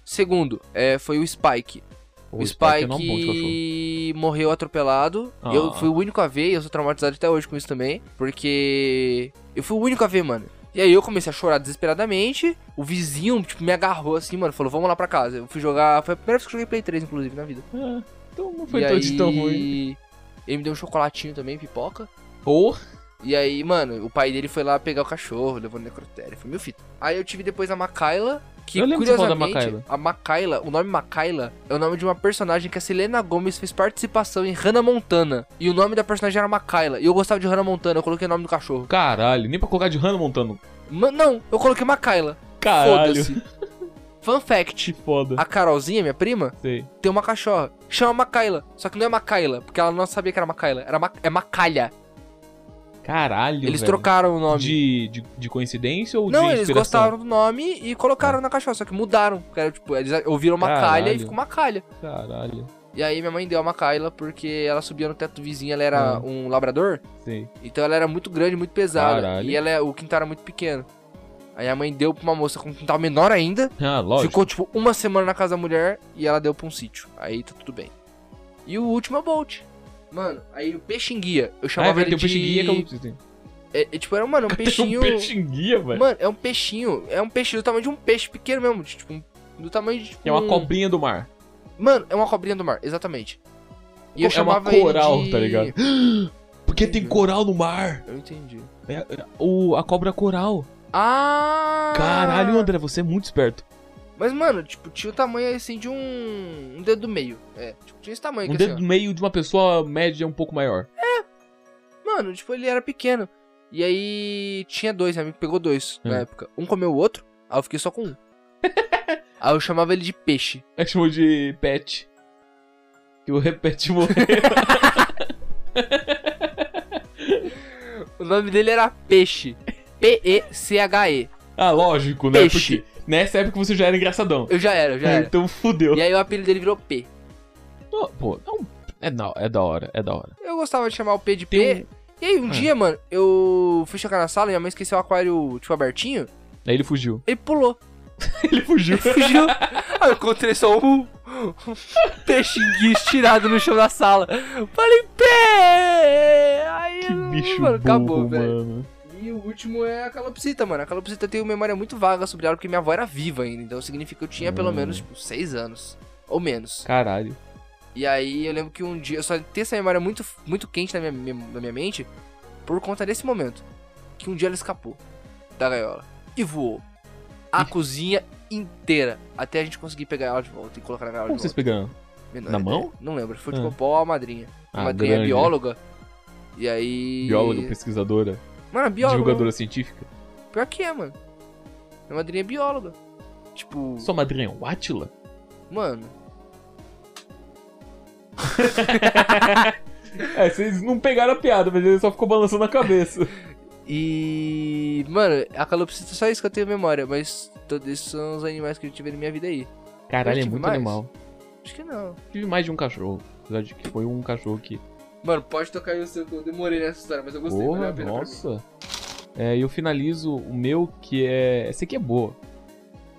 Segundo, é, foi o Spike.
Pô,
O
esse
Spike,
parque é um bom de cachorro.
morreu atropelado.
Ah.
Eu fui o único a ver, e eu sou traumatizado até hoje com isso também. Porque eu fui o único a ver, mano. E aí eu comecei a chorar desesperadamente. O vizinho, tipo, me agarrou assim, mano. Falou, vamos lá pra casa. Eu fui jogar. Foi a primeira vez que eu joguei Play 3, inclusive, na vida.
Ah, então não foi
E
tão, de tão
aí,
ruim.
Ele me deu um chocolatinho também, pipoca.
Ou.
E aí, mano, o pai dele foi lá pegar o cachorro, levou no necrotério, foi meu fita. Aí eu tive depois a Macaila, que
Eu lembro que você falou da
curiosamente, a Macaila, o nome Macaila é o nome de uma personagem que a Selena Gomes fez participação em Hannah Montana. E o nome da personagem era Macaila. E eu gostava de Hannah Montana, eu coloquei o nome do cachorro.
Caralho, nem pra colocar de Hannah Montano.
Ma- não, eu coloquei Macaila.
Caralho.
Foda-se. Fun fact:
Que foda.
a Carolzinha, minha prima,
Sei.
tem uma cachorra. Chama Macaila. Só que não é Macaila, porque ela não sabia que era Macaila. Era Ma- é Macalha.
Caralho.
Eles
velho.
trocaram o nome.
De, de, de coincidência ou
Não,
de
eles
inspiração?
gostaram do nome e colocaram na cachorra, só que mudaram. porque Era, tipo, eles ouviram uma
Caralho.
calha e ficou uma calha.
Caralho.
E aí minha mãe deu uma calha porque ela subia no teto do vizinho, ela era
Ah.
um labrador,
Sei.
então ela era muito grande, muito pesada.
Caralho.
E ela, é- o quintal era muito pequeno. Aí a mãe deu pra uma moça com um quintal menor ainda,
Ah, lógico.
ficou tipo uma semana na casa da mulher e ela deu pra um sítio. Aí tá tudo bem. E o último é o Bolt. Mano, aí o peixinguia. Eu
Ah, é
chamava
verdade,
ele
tem um
de...
peixinho que eu não preciso ter.
é, é, tipo, era, mano, um peixinho...
Tem um peixinguia, velho.
Mano, é um peixinho. É um peixe do tamanho de um peixe pequeno mesmo. de, Tipo, um- do tamanho de. Tipo,
É uma
um-
cobrinha do mar.
Mano, é uma cobrinha do mar, exatamente. E eu
é uma
chamava ele
coral,
de-
tá ligado? Porque tem coral no mar.
Eu entendi.
É, é, o, a cobra coral.
Ah!
Caralho, André, você é muito esperto.
Mas, mano, tipo, tinha o tamanho assim de um. Um dedo do meio. É, tipo, tinha esse tamanho
Um
que
dedo
assim,
é no meio de uma pessoa média um pouco maior.
ó. mano, tipo, ele era pequeno. E aí tinha dois, né? amigo pegou dois na
Hum.
época. Um comeu o outro, aí eu fiquei só com um. aí eu chamava ele de peixe.
É chamou de Pet. Que o Repete morreu.
O nome dele era Peixe. P-E-C-H-E.
ah, lógico, né?
Peixe.
Porque nessa época você já era engraçadão.
Eu já era, eu já era.
Então fudeu.
E aí o apelido dele virou P.
Pô, Pô, não. É, não, é da hora, é da hora.
Eu gostava de chamar o P de P.
Tem
E aí um
Ah.
dia, mano, eu fui chegar na sala e minha mãe esqueceu o aquário, tipo, abertinho.
Aí ele fugiu.
Ele pulou.
Ele fugiu.
Ele fugiu. aí eu encontrei só um, um peixinho estirado no chão da sala. Falei, P! Aí,
que bicho
mano,
burro,
acabou, velho.
mano.
E o último é a calopsita, mano. A calopsita tem uma memória muito vaga sobre ela, porque minha avó era viva ainda. Então significa que eu tinha pelo
Hum.
menos, tipo, seis anos. Ou menos.
Caralho.
E aí eu lembro que um dia, eu só tenho essa memória muito, muito quente na minha, mem- na minha mente por conta desse momento. Que um dia ela escapou da gaiola e voou a cozinha inteira até a gente conseguir pegar ela de volta e colocar na gaiola
Como
de
vocês
volta.
pegaram?
Menor
na
ideia.
mão?
Não lembro, foi
Ah.
tipo pau a madrinha. A madrinha é
grande, né?
bióloga. E aí.
Bióloga, pesquisadora,
Mano, a bióloga.
divulgadora científica.
Pior que é, mano. Minha madrinha é bióloga. Tipo,
Sua madrinha é o Átila?
mano.
É, vocês não pegaram a piada, mas ele só ficou balançando a cabeça.
E. Mano, a calopsita é só isso que eu tenho memória, mas todos esses são os animais que eu tive na minha vida aí.
Caralho,
Eu
é
tive
muito
mais?
animal.
Acho que não.
Tive mais de um cachorro. Apesar de que foi um cachorro que.
Mano, pode tocar aí o seu que eu demorei nessa história, mas eu gostei, valeu
Porra,
a pena pra mim.
nossa. É, e eu finalizo o meu, que é. Esse aqui é boa.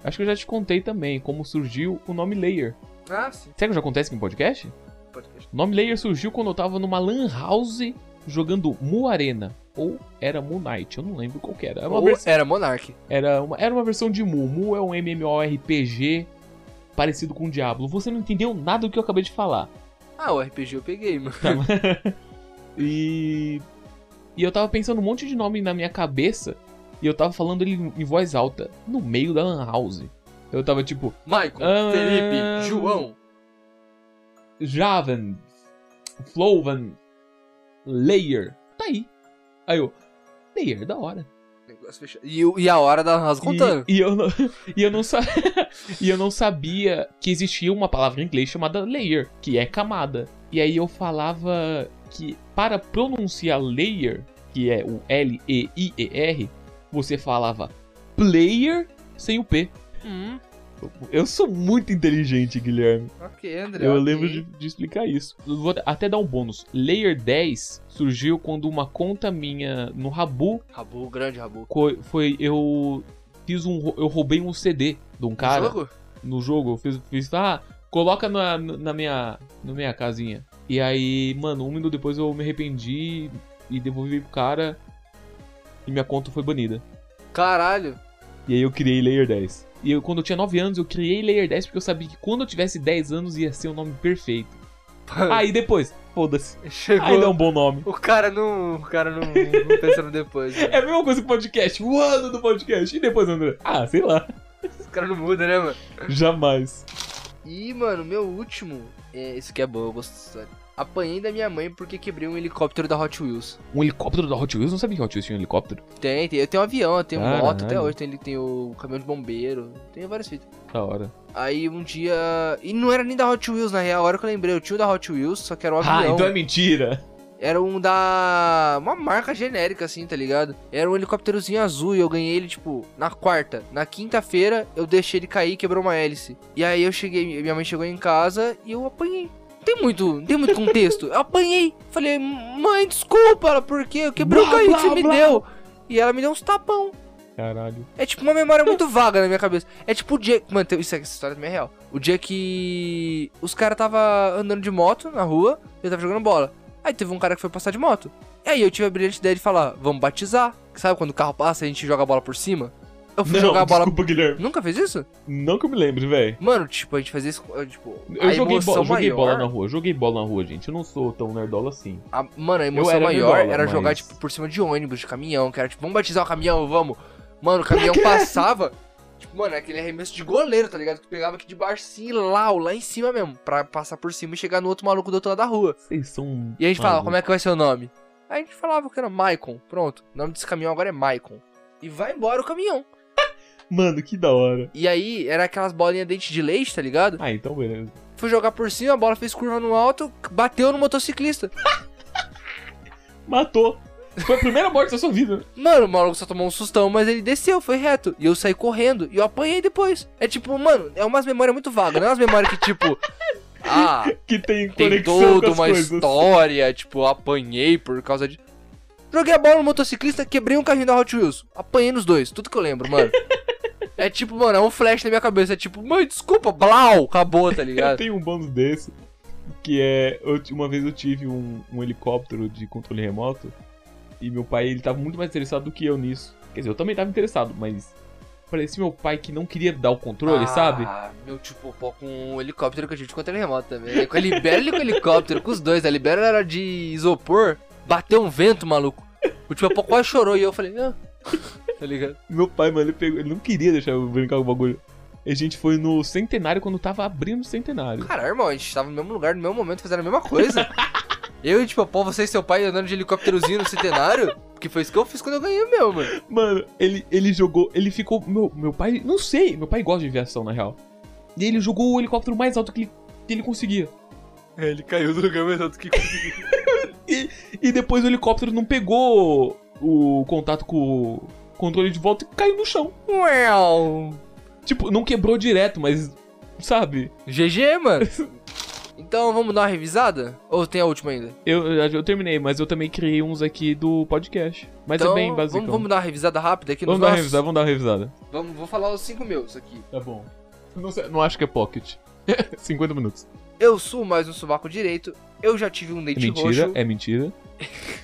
Acho que eu já te contei também como surgiu o nome Layer.
Ah, sim.
Será que eu já contei isso aqui no podcast?
Podcast.
O nome Layer surgiu quando eu tava numa Lan House jogando Mu Arena. Ou era Mu Knight, eu não lembro qual que era. Era É uma,
Ou
vers-
Era Monark.
era uma, era uma versão de Mu. Mu é um MMORPG parecido com Diablo. Você não entendeu nada do que eu acabei de falar.
Ah, o RPG eu peguei, mano.
E. E eu tava pensando um monte de nome na minha cabeça. E eu tava falando ele em voz alta, no meio da Lan House. Eu tava tipo,
Michael,
Ah.
Felipe, João.
Javan, Flovan, Layer. Tá aí. Aí eu, Layer, da hora.
Negócio fechado. E, o- e a hora da House contando.
E, e eu não, e, eu não sa- e eu não sabia que existia uma palavra em inglês chamada layer, que é camada. E aí eu falava que para pronunciar layer, que é o L-E-I-E-R, você falava player sem o P.
Hum,
Eu sou muito inteligente, Guilherme.
ok, André.
Eu
ok.
lembro de, de explicar isso. Eu Vou até dar um bônus. Layer 10 surgiu quando uma conta minha no Rabu
Rabu, grande Rabu.
co- foi. Eu fiz um. rou- Eu roubei um CD de um cara no jogo.
Jogo?
eu fiz, fiz, Ah, coloca na, na, minha, na minha casinha. E aí, mano, um minuto depois eu me arrependi e devolvi pro cara. E minha conta foi banida.
Caralho.
E aí eu criei Layer 10. E eu, quando eu tinha 9 anos, eu criei Layer 10 porque eu sabia que quando eu tivesse 10 anos ia ser o nome perfeito.
É.
Aí depois, foda-se.
Chegou.
Aí dá um bom nome.
O cara não. O cara não, não pensando depois. Né?
É a mesma coisa que o podcast, o ano do podcast. E depois, André? Ah, sei lá.
Os caras não mudam, né, mano?
Jamais.
E, mano, meu último. É, esse aqui é bom, eu gosto dessa história. Apanhei da minha mãe porque quebrei um helicóptero da Hot Wheels.
Um helicóptero da Hot Wheels? Não sabia que Hot Wheels tinha um helicóptero?
Tem, tem. Eu tenho um avião, eu tenho
Caralho.
moto até hoje, tem, tem o caminhão de bombeiro, tenho várias fitas.
Da hora.
Aí um dia. E não era nem da Hot Wheels, na real, agora que eu lembrei, eu tinha o da Hot Wheels, só que era um avião.
Ah, então é mentira.
Era um da. Uma marca genérica, assim, tá ligado? Era um helicópterozinho azul e eu ganhei ele, tipo, na quarta. Na quinta-feira, eu deixei ele cair e quebrou uma hélice. E aí eu cheguei, minha mãe chegou em casa e eu apanhei. Não tem muito, não tem muito contexto. Eu apanhei. Falei, mãe, desculpa, ela, por quê? Eu quebrei o
Blá,
caí que
blá,
você me
blá.
deu. E ela me deu uns tapão.
Caralho.
É tipo uma memória muito vaga na minha cabeça. É tipo o dia. Mano, tem- isso é, essa história também é real. O dia que. Os caras tava andando de moto na rua e eu tava jogando bola. Aí teve um cara que foi passar de moto. E aí eu tive a brilhante ideia de falar, vamos batizar. Sabe quando o carro passa e a gente joga a bola por cima? Eu fui
Não,
jogar a bola.
desculpa, Guilherme.
Nunca fez isso?
Não que eu me lembre, velho.
Mano, tipo, a gente fazia isso. eh, Tipo,
Eu
a
joguei, bo-
emoção
joguei
maior.
bola na rua. eu Joguei bola na rua, gente. Eu não sou tão nerdola assim.
a- mano, a emoção
era
maior
nerdola,
era
mas-
jogar, tipo, por cima de ônibus, de caminhão, que era tipo, vamos batizar o caminhão, vamos. Mano, o caminhão passava. Tipo, mano, é aquele arremesso de goleiro, tá ligado? Que pegava aqui de baixo assim, lá, lá em cima mesmo. Pra passar por cima e chegar no outro maluco do outro lado da rua.
Vocês são.
E a gente fala,
malucos.
como é que vai ser o nome? Aí a gente falava que era Maicon. Pronto. O nome desse caminhão agora é Maicon. E vai embora o caminhão. é?
Mano, que da hora.
E aí era aquelas bolinhas dente de leite, tá ligado?
Ah, então beleza.
Fui jogar por cima, a bola fez curva no alto, bateu no motociclista.
Matou. Foi a primeira morte da sua vida.
Mano, o maluco só tomou um sustão, mas ele desceu, foi reto. E eu saí correndo e eu apanhei depois. É tipo, mano, é umas memórias muito vagas, não é umas memórias que tipo. Ah,
Que tem
tem
conexão
toda
com as
uma
coisas.
história, tipo, apanhei por causa de. Joguei a bola no motociclista, quebrei um carrinho da Hot Wheels. Apanhei nos dois, tudo que eu lembro, mano. É tipo, mano, é um flash na minha cabeça. É tipo, mãe, desculpa, blau, acabou, tá
Eu
ligado?
tenho um bônus desse, que é. eu ti- uma vez eu tive um, um helicóptero de controle remoto e meu pai ele tava muito mais interessado do que eu nisso. Quer dizer, eu também tava interessado, mas parecia meu pai que não queria dar o controle, sabe?
Ah, meu tipo, pô, com um helicóptero que eu tive de controle remoto também. né? Com a Libera ele com o helicóptero, com os dois. A Libera era de isopor, bateu um vento, maluco. O tipo, pô, quase chorou e eu falei, ah. tá ligado?
Meu pai, mano, ele, pegou- ele não queria deixar eu brincar com o bagulho. E a gente foi no centenário quando tava abrindo o centenário.
Caralho, irmão, a gente tava no mesmo lugar, no mesmo momento, fazendo a mesma coisa. eu e tipo, pô, você e seu pai andando de helicópterozinho no centenário? Que foi isso que eu fiz quando eu ganhei o meu, mano.
Mano, ele, ele jogou. Ele ficou. Meu, meu pai. Não sei, meu pai gosta de aviação, na real. E ele jogou o helicóptero mais alto que ele, que ele conseguia.
É, Ele caiu do lugar mais alto que.
E depois o helicóptero não pegou o contato com o controle de volta e caiu no chão.
Uau!
Tipo, não quebrou direto, mas. Sabe?
GG, mano. Então vamos dar uma revisada? Ou tem a última ainda?
Eu, eu terminei, mas eu também criei uns aqui do podcast. Mas
então,
é bem basicão.
vamos, vamos dar uma revisada rápida aqui
Vamos
nos
dar uma
nossos.
revisada, vamos dar uma revisada.
Vamos, vou falar os cinco meus aqui.
Tá bom. Não, sei- não acho que é pocket. 50 minutos.
Eu suo mais no sovaco direito. Eu já tive um
É
dente
mentira,
roxo.
é mentira.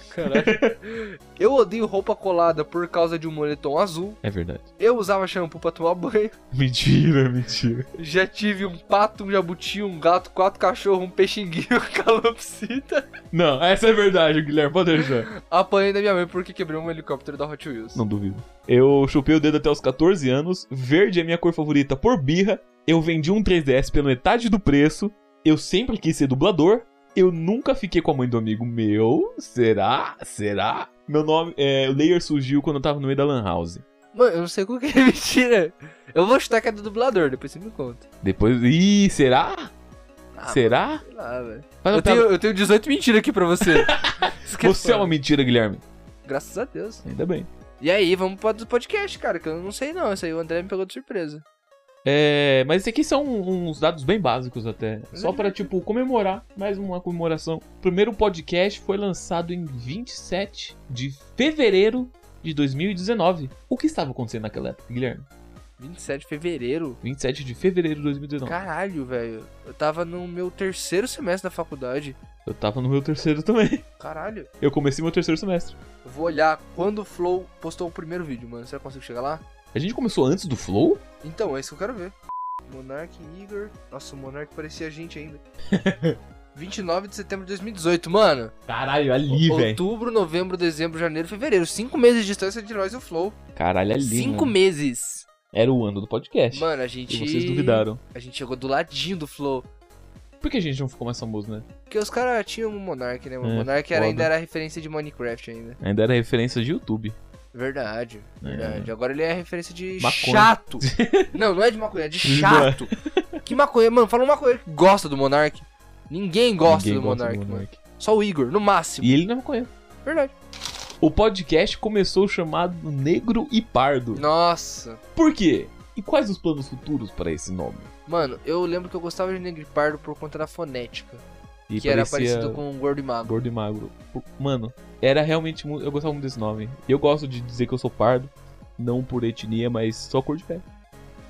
Eu odeio roupa colada por causa de um moletom azul.
É verdade.
Eu usava shampoo pra tomar banho.
Mentira, mentira.
Já tive um pato, um jabuti, um gato, quatro cachorros, um peixinguinho, calopsita.
Não, essa é verdade, Guilherme. Pode deixar.
Apanhei da minha mãe porque quebrei um helicóptero da Hot Wheels.
Não duvido. Eu chupei o dedo até os 14 anos. Verde é minha cor favorita por birra. Eu vendi um 3DS pela metade do preço. Eu sempre quis ser dublador. Eu nunca fiquei com a mãe do amigo meu. Será? Será? Meu nome. É, o Layer surgiu quando eu tava no meio da Lan House.
Mano, eu não sei como que é mentira. Eu vou chutar que é do dublador, depois você me conta.
Depois. Ih, será?
Ah,
será?
Sei lá, velho.
Faz
Eu
uma
tenho,
piada.
eu tenho 18 mentiras aqui pra você. Isso que
Você é
foda.
uma mentira, Guilherme.
Graças a Deus.
Ainda bem.
E aí, vamos para do podcast, cara, que eu não sei não. Isso aí o André me pegou de surpresa.
É, mas isso aqui são uns dados bem básicos até. Só
Uhum.
pra, tipo, comemorar, mais uma comemoração. O primeiro podcast foi lançado em 27 de fevereiro de 2019. O que estava acontecendo naquela época, Guilherme?
27 de fevereiro.
27 de fevereiro de 2019.
Caralho, velho. Eu tava no meu terceiro semestre da faculdade.
Eu tava no meu terceiro também.
Caralho.
Eu comecei meu terceiro semestre.
Eu Vou olhar quando o Flow postou o primeiro vídeo, mano. Será que eu consigo chegar lá?
A gente começou antes do Flow?
Então, é isso que eu quero ver. Monark Igor. Nossa, o Monark parecia a gente ainda. 29 de setembro de 2018, mano.
Caralho, ali, velho.
Outubro, novembro, dezembro, janeiro, fevereiro. Cinco meses de distância de nós e o Flow.
Caralho, ali.
Cinco
mano.
meses.
Era o ano do podcast.
Mano, a
e
gente.
vocês duvidaram.
A gente chegou do ladinho do Flow.
Por que a gente não ficou mais famoso, né?
Porque os caras tinham um Monark, né? O
É,
Monark era,
foda.
ainda era referência de Minecraft ainda.
Ainda era referência de YouTube.
Verdade,
É.
verdade. Agora ele é referência de
Maconha.
chato. Não, não é de maconha, é de
Não.
chato. que maconha, mano, fala um maconheiro que gosta do Monark. Ninguém gosta
Ninguém
do Monark, mano.
Monark.
Só o Igor, no máximo.
E ele não é maconheiro.
Verdade.
O podcast começou chamado Negro e Pardo.
Nossa.
Por quê? E quais os planos futuros para esse nome?
Mano, eu lembro que eu gostava de Negro e Pardo por conta da fonética.
E
que era
parecia
parecido com o Gordo e Mago.
Gordo e Magro. Pô, Mano, era realmente muito. Eu gostava muito desse nome. E eu gosto de dizer que eu sou pardo, não por etnia, mas só cor de pé.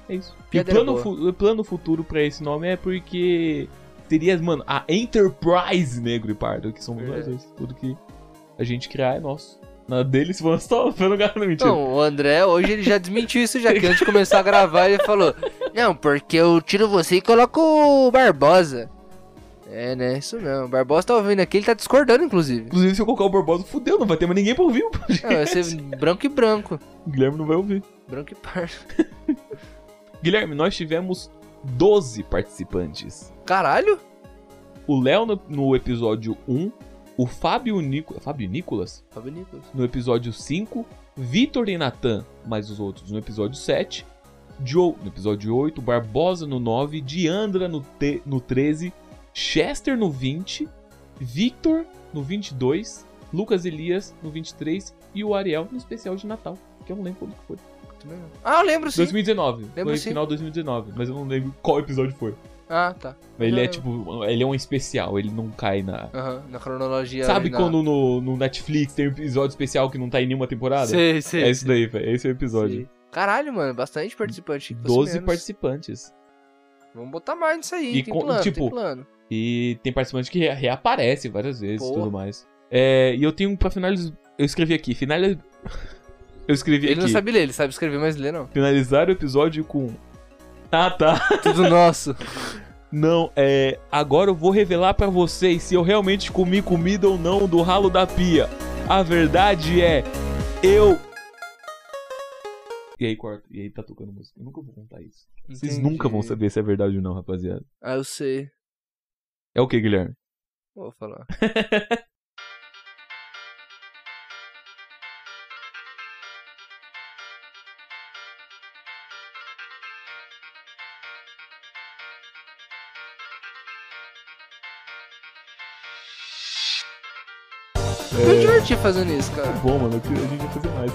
É isso. E
Piada
plano,
boa.
fu- plano futuro para esse nome é porque seria, mano, a Enterprise Negro e Pardo, que somos nós
Verdade.
dois. Tudo que a gente criar é nosso. Nada deles, se for só foi no lugar, não, mentira.
Então, o André, hoje ele já desmentiu isso já, que antes de começar a gravar, ele falou: Não, porque eu tiro você e coloco o Barbosa. É, né? Isso não. O Barbosa tá ouvindo aqui, ele tá discordando, inclusive.
Inclusive, se eu colocar o Barbosa, fudeu, não vai ter mais ninguém pra ouvir.
Não, vai ser branco e branco.
O Guilherme não vai ouvir.
Branco e pardo.
Guilherme, nós tivemos 12 participantes.
Caralho?
O Léo no, no episódio 1, o Fábio, Nico... Fábio Nicolas,
Fábio Nicolas.
no episódio 5, Vitor e Natan, mais os outros, no episódio 7, Joe no episódio 8, Barbosa no 9, Diandra no, te... no 13, Chester no 20, Victor no 22, Lucas Elias no 23 e o Ariel no especial de Natal, que eu não lembro quando que foi.
Também não. Ah, eu lembro sim.
2019,
Lembro
foi
sim.
final de 2019, mas eu não lembro qual episódio foi.
Ah, tá.
Mas ele é
Eu-
tipo, ele é um especial, ele não cai na.
Aham, na cronologia.
Sabe
ali na-
quando no, no Netflix tem um episódio especial que não tá em nenhuma temporada?
Sei, sei.
É isso daí, velho. Esse é o episódio.
Sei. Caralho, mano, bastante participante. que fosse
12
menos.
participantes.
Vamos botar mais nisso aí.
E
tem
com-
plano, tem
tipo,
plano.
E tem participante que re- reaparece várias vezes e
Porra.
tudo mais. É, e eu tenho pra finalizar. Eu escrevi aqui, finaliz... Eu escrevi
Ele não
aqui.
sabe ler, ele sabe escrever, mas ler não.
Finalizar o episódio com. Ah, tá.
Tudo nosso.
Não, é. Agora eu vou revelar pra vocês se eu realmente comi comida ou não do ralo da pia. A verdade é. Eu. E aí, corta. E aí, tá tocando música. Eu nunca vou contar isso. Vocês
Entendi.
nunca vão saber se é verdade ou não, rapaziada.
Ah, eu sei.
É o que, Guilherme?
Vou falar.
É.
Eu me diverti fazendo isso, cara.
Tá Bom, mano, eu queria- a gente tem que fazer mais.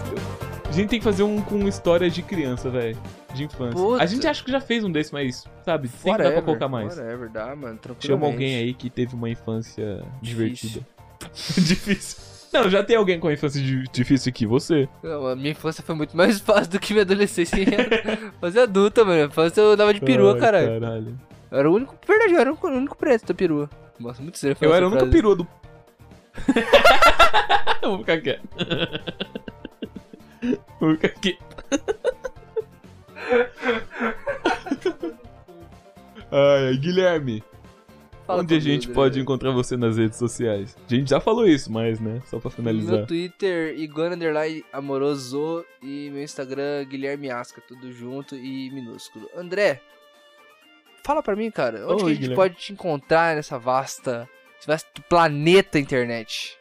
A gente tem que fazer um com história de criança, velho. De infância.
Puta.
A gente acha que já fez um desse, mas, sabe, sempre dá pra
Whatever,
colocar mais.
Whatever, dá, mano.
Chama
tranquilamente.
alguém aí que teve uma infância
Difícil.
divertida. difícil. Não, já tem alguém com a infância di- difícil que você.
Não, a minha infância foi muito mais fácil do que minha adolescência. Fazer adulta, mano. A infância eu dava de perua,
Ai,
caralho. Eu era o único. Verdade, eu era o único preto da perua. Nossa, muito sério.
Eu
falar
era o
essa
único
frase.
perua do. Vou ficar quieto. Vou ficar quieto. Ai, ai, Guilherme,
Fala né?
onde a
comigo,
gente pode
Adriano.
encontrar você nas redes sociais? A gente já falou isso, mas, né? Só pra
Meu
finalizar.
Twitter, Iguana Underline Amoroso. E meu Instagram, Guilherme Asca. Tudo junto e minúsculo. André, fala pra mim, cara. Onde
Oi,
que a gente
Guilherme.
pode te encontrar nessa vasta. Esse vasto planeta internet?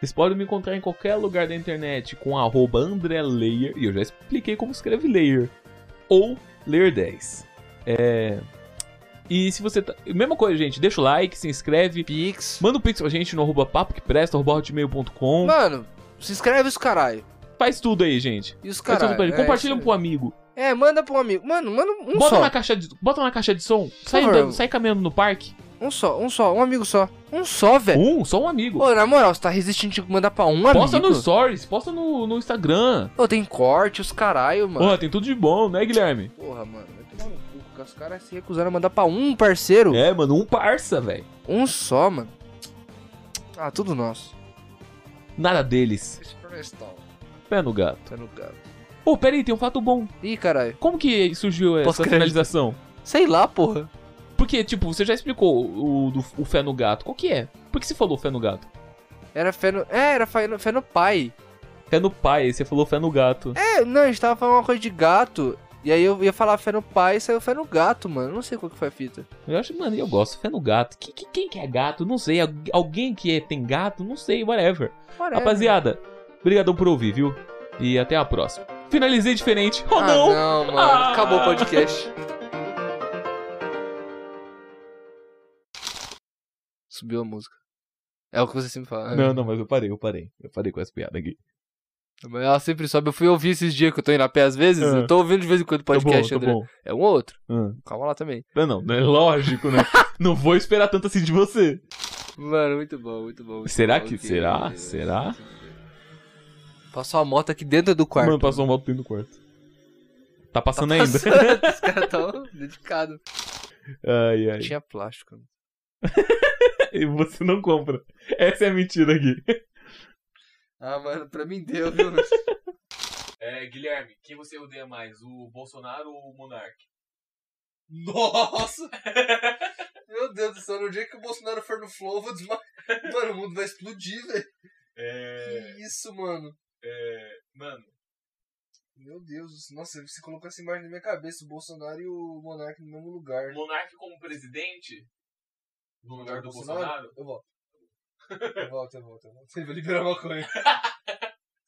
Vocês podem me encontrar em qualquer lugar da internet com arroba André Layer, e eu já expliquei como escreve Layer, ou Layer10. É... E se você tá... Mesma coisa, gente, deixa o like, se inscreve,
Pix.
manda um pix pra gente no arroba papo que presta, arroba hotmail.com,
Mano, se inscreve os caralho.
faz tudo aí, gente.
E os
Faz
caralho.
tudo pra ele.
é
Compartilha
isso aí.
pro amigo.
É, manda pra um amigo. Mano, manda um
bota,
só.
na caixa de, bota na caixa de som. Sai,
favor.
andando, sai caminhando no parque.
Um só, um só, um amigo só. Um só, velho.
Um, só um amigo.
Ô, na moral, você tá resistindo de mandar pra um
posta
amigo?
no stories, posta no, no Instagram.
Ô, tem corte, os caralho, mano.
Porra, tem tudo de bom, né, Guilherme?
Porra, mano, vai tomar no cu, porque os caras se recusaram a mandar pra um parceiro.
É, mano, um parça, velho.
Um só, mano. Ah, tudo nosso.
Nada deles.
Esse tá florestal,
Pé no gato.
tá no gato.
Pô, peraí, tem um fato bom.
Ih, caralho.
Como que surgiu essa
Pós-crédito.
finalização?
Sei lá, porra.
Porque, tipo, você já explicou o, do, o fé no gato. Qual que é? Por que você falou fé no gato?
Era fé no... É, era fé no, fé no pai.
Fé no pai, você falou fé no gato.
É, não, a gente tava falando uma coisa de gato. E aí eu ia falar fé no pai e saiu fé no gato, mano. Não sei qual que foi a fita.
Eu acho, mano, eu gosto. Fé no gato. Que- que- quem que é gato? Não sei. Al- Alguém que é- tem gato? Não sei, whatever.
Whatever.
Rapaziada, obrigadão por ouvir, viu? E até a próxima. Finalizei diferente. Oh,
Ah,
não!
não, mano.
Ah.
Acabou o podcast. Subiu a música. É o que você sempre fala. né?
Não, não, mas eu parei, eu parei. Eu parei com essa piada aqui.
Mas ela sempre sobe. Eu fui ouvir esses dias que eu tô indo a pé às vezes.
Ah.
Eu tô ouvindo de vez em quando podcast,
tá
André.
bom, tá
É um ou outro.
bom. Ah.
Calma lá também.
Não, não, não é lógico, né? não vou esperar tanto assim de você.
Mano, muito bom, muito bom. muito
Será
bom,
que-
ok.
será? Será?
Passou a moto aqui dentro do quarto.
Mano, passou um moto dentro do quarto. Tá passando ainda.
Passando, Os caras tão dedicados.
Ai, ai.
Tinha plástico. né?
E você não compra. Essa é a mentira aqui.
Ah, mano, pra mim deu, viu?
É, Guilherme, quem você odeia mais? O Bolsonaro ou o Monark? Nossa!
Meu Deus do céu, no dia que o Bolsonaro for no flow, eu vou desmaiar. Mano, o mundo vai explodir, velho. Que isso, mano.
É, Mano,
Meu Deus, do céu. nossa, você colocou essa imagem na minha cabeça, o Bolsonaro e o Monark no mesmo lugar. né?
Monark como presidente? No
lugar do Bolsonaro? Eu volto. Volta, volta, volta. Ele vai liberar uma coisa.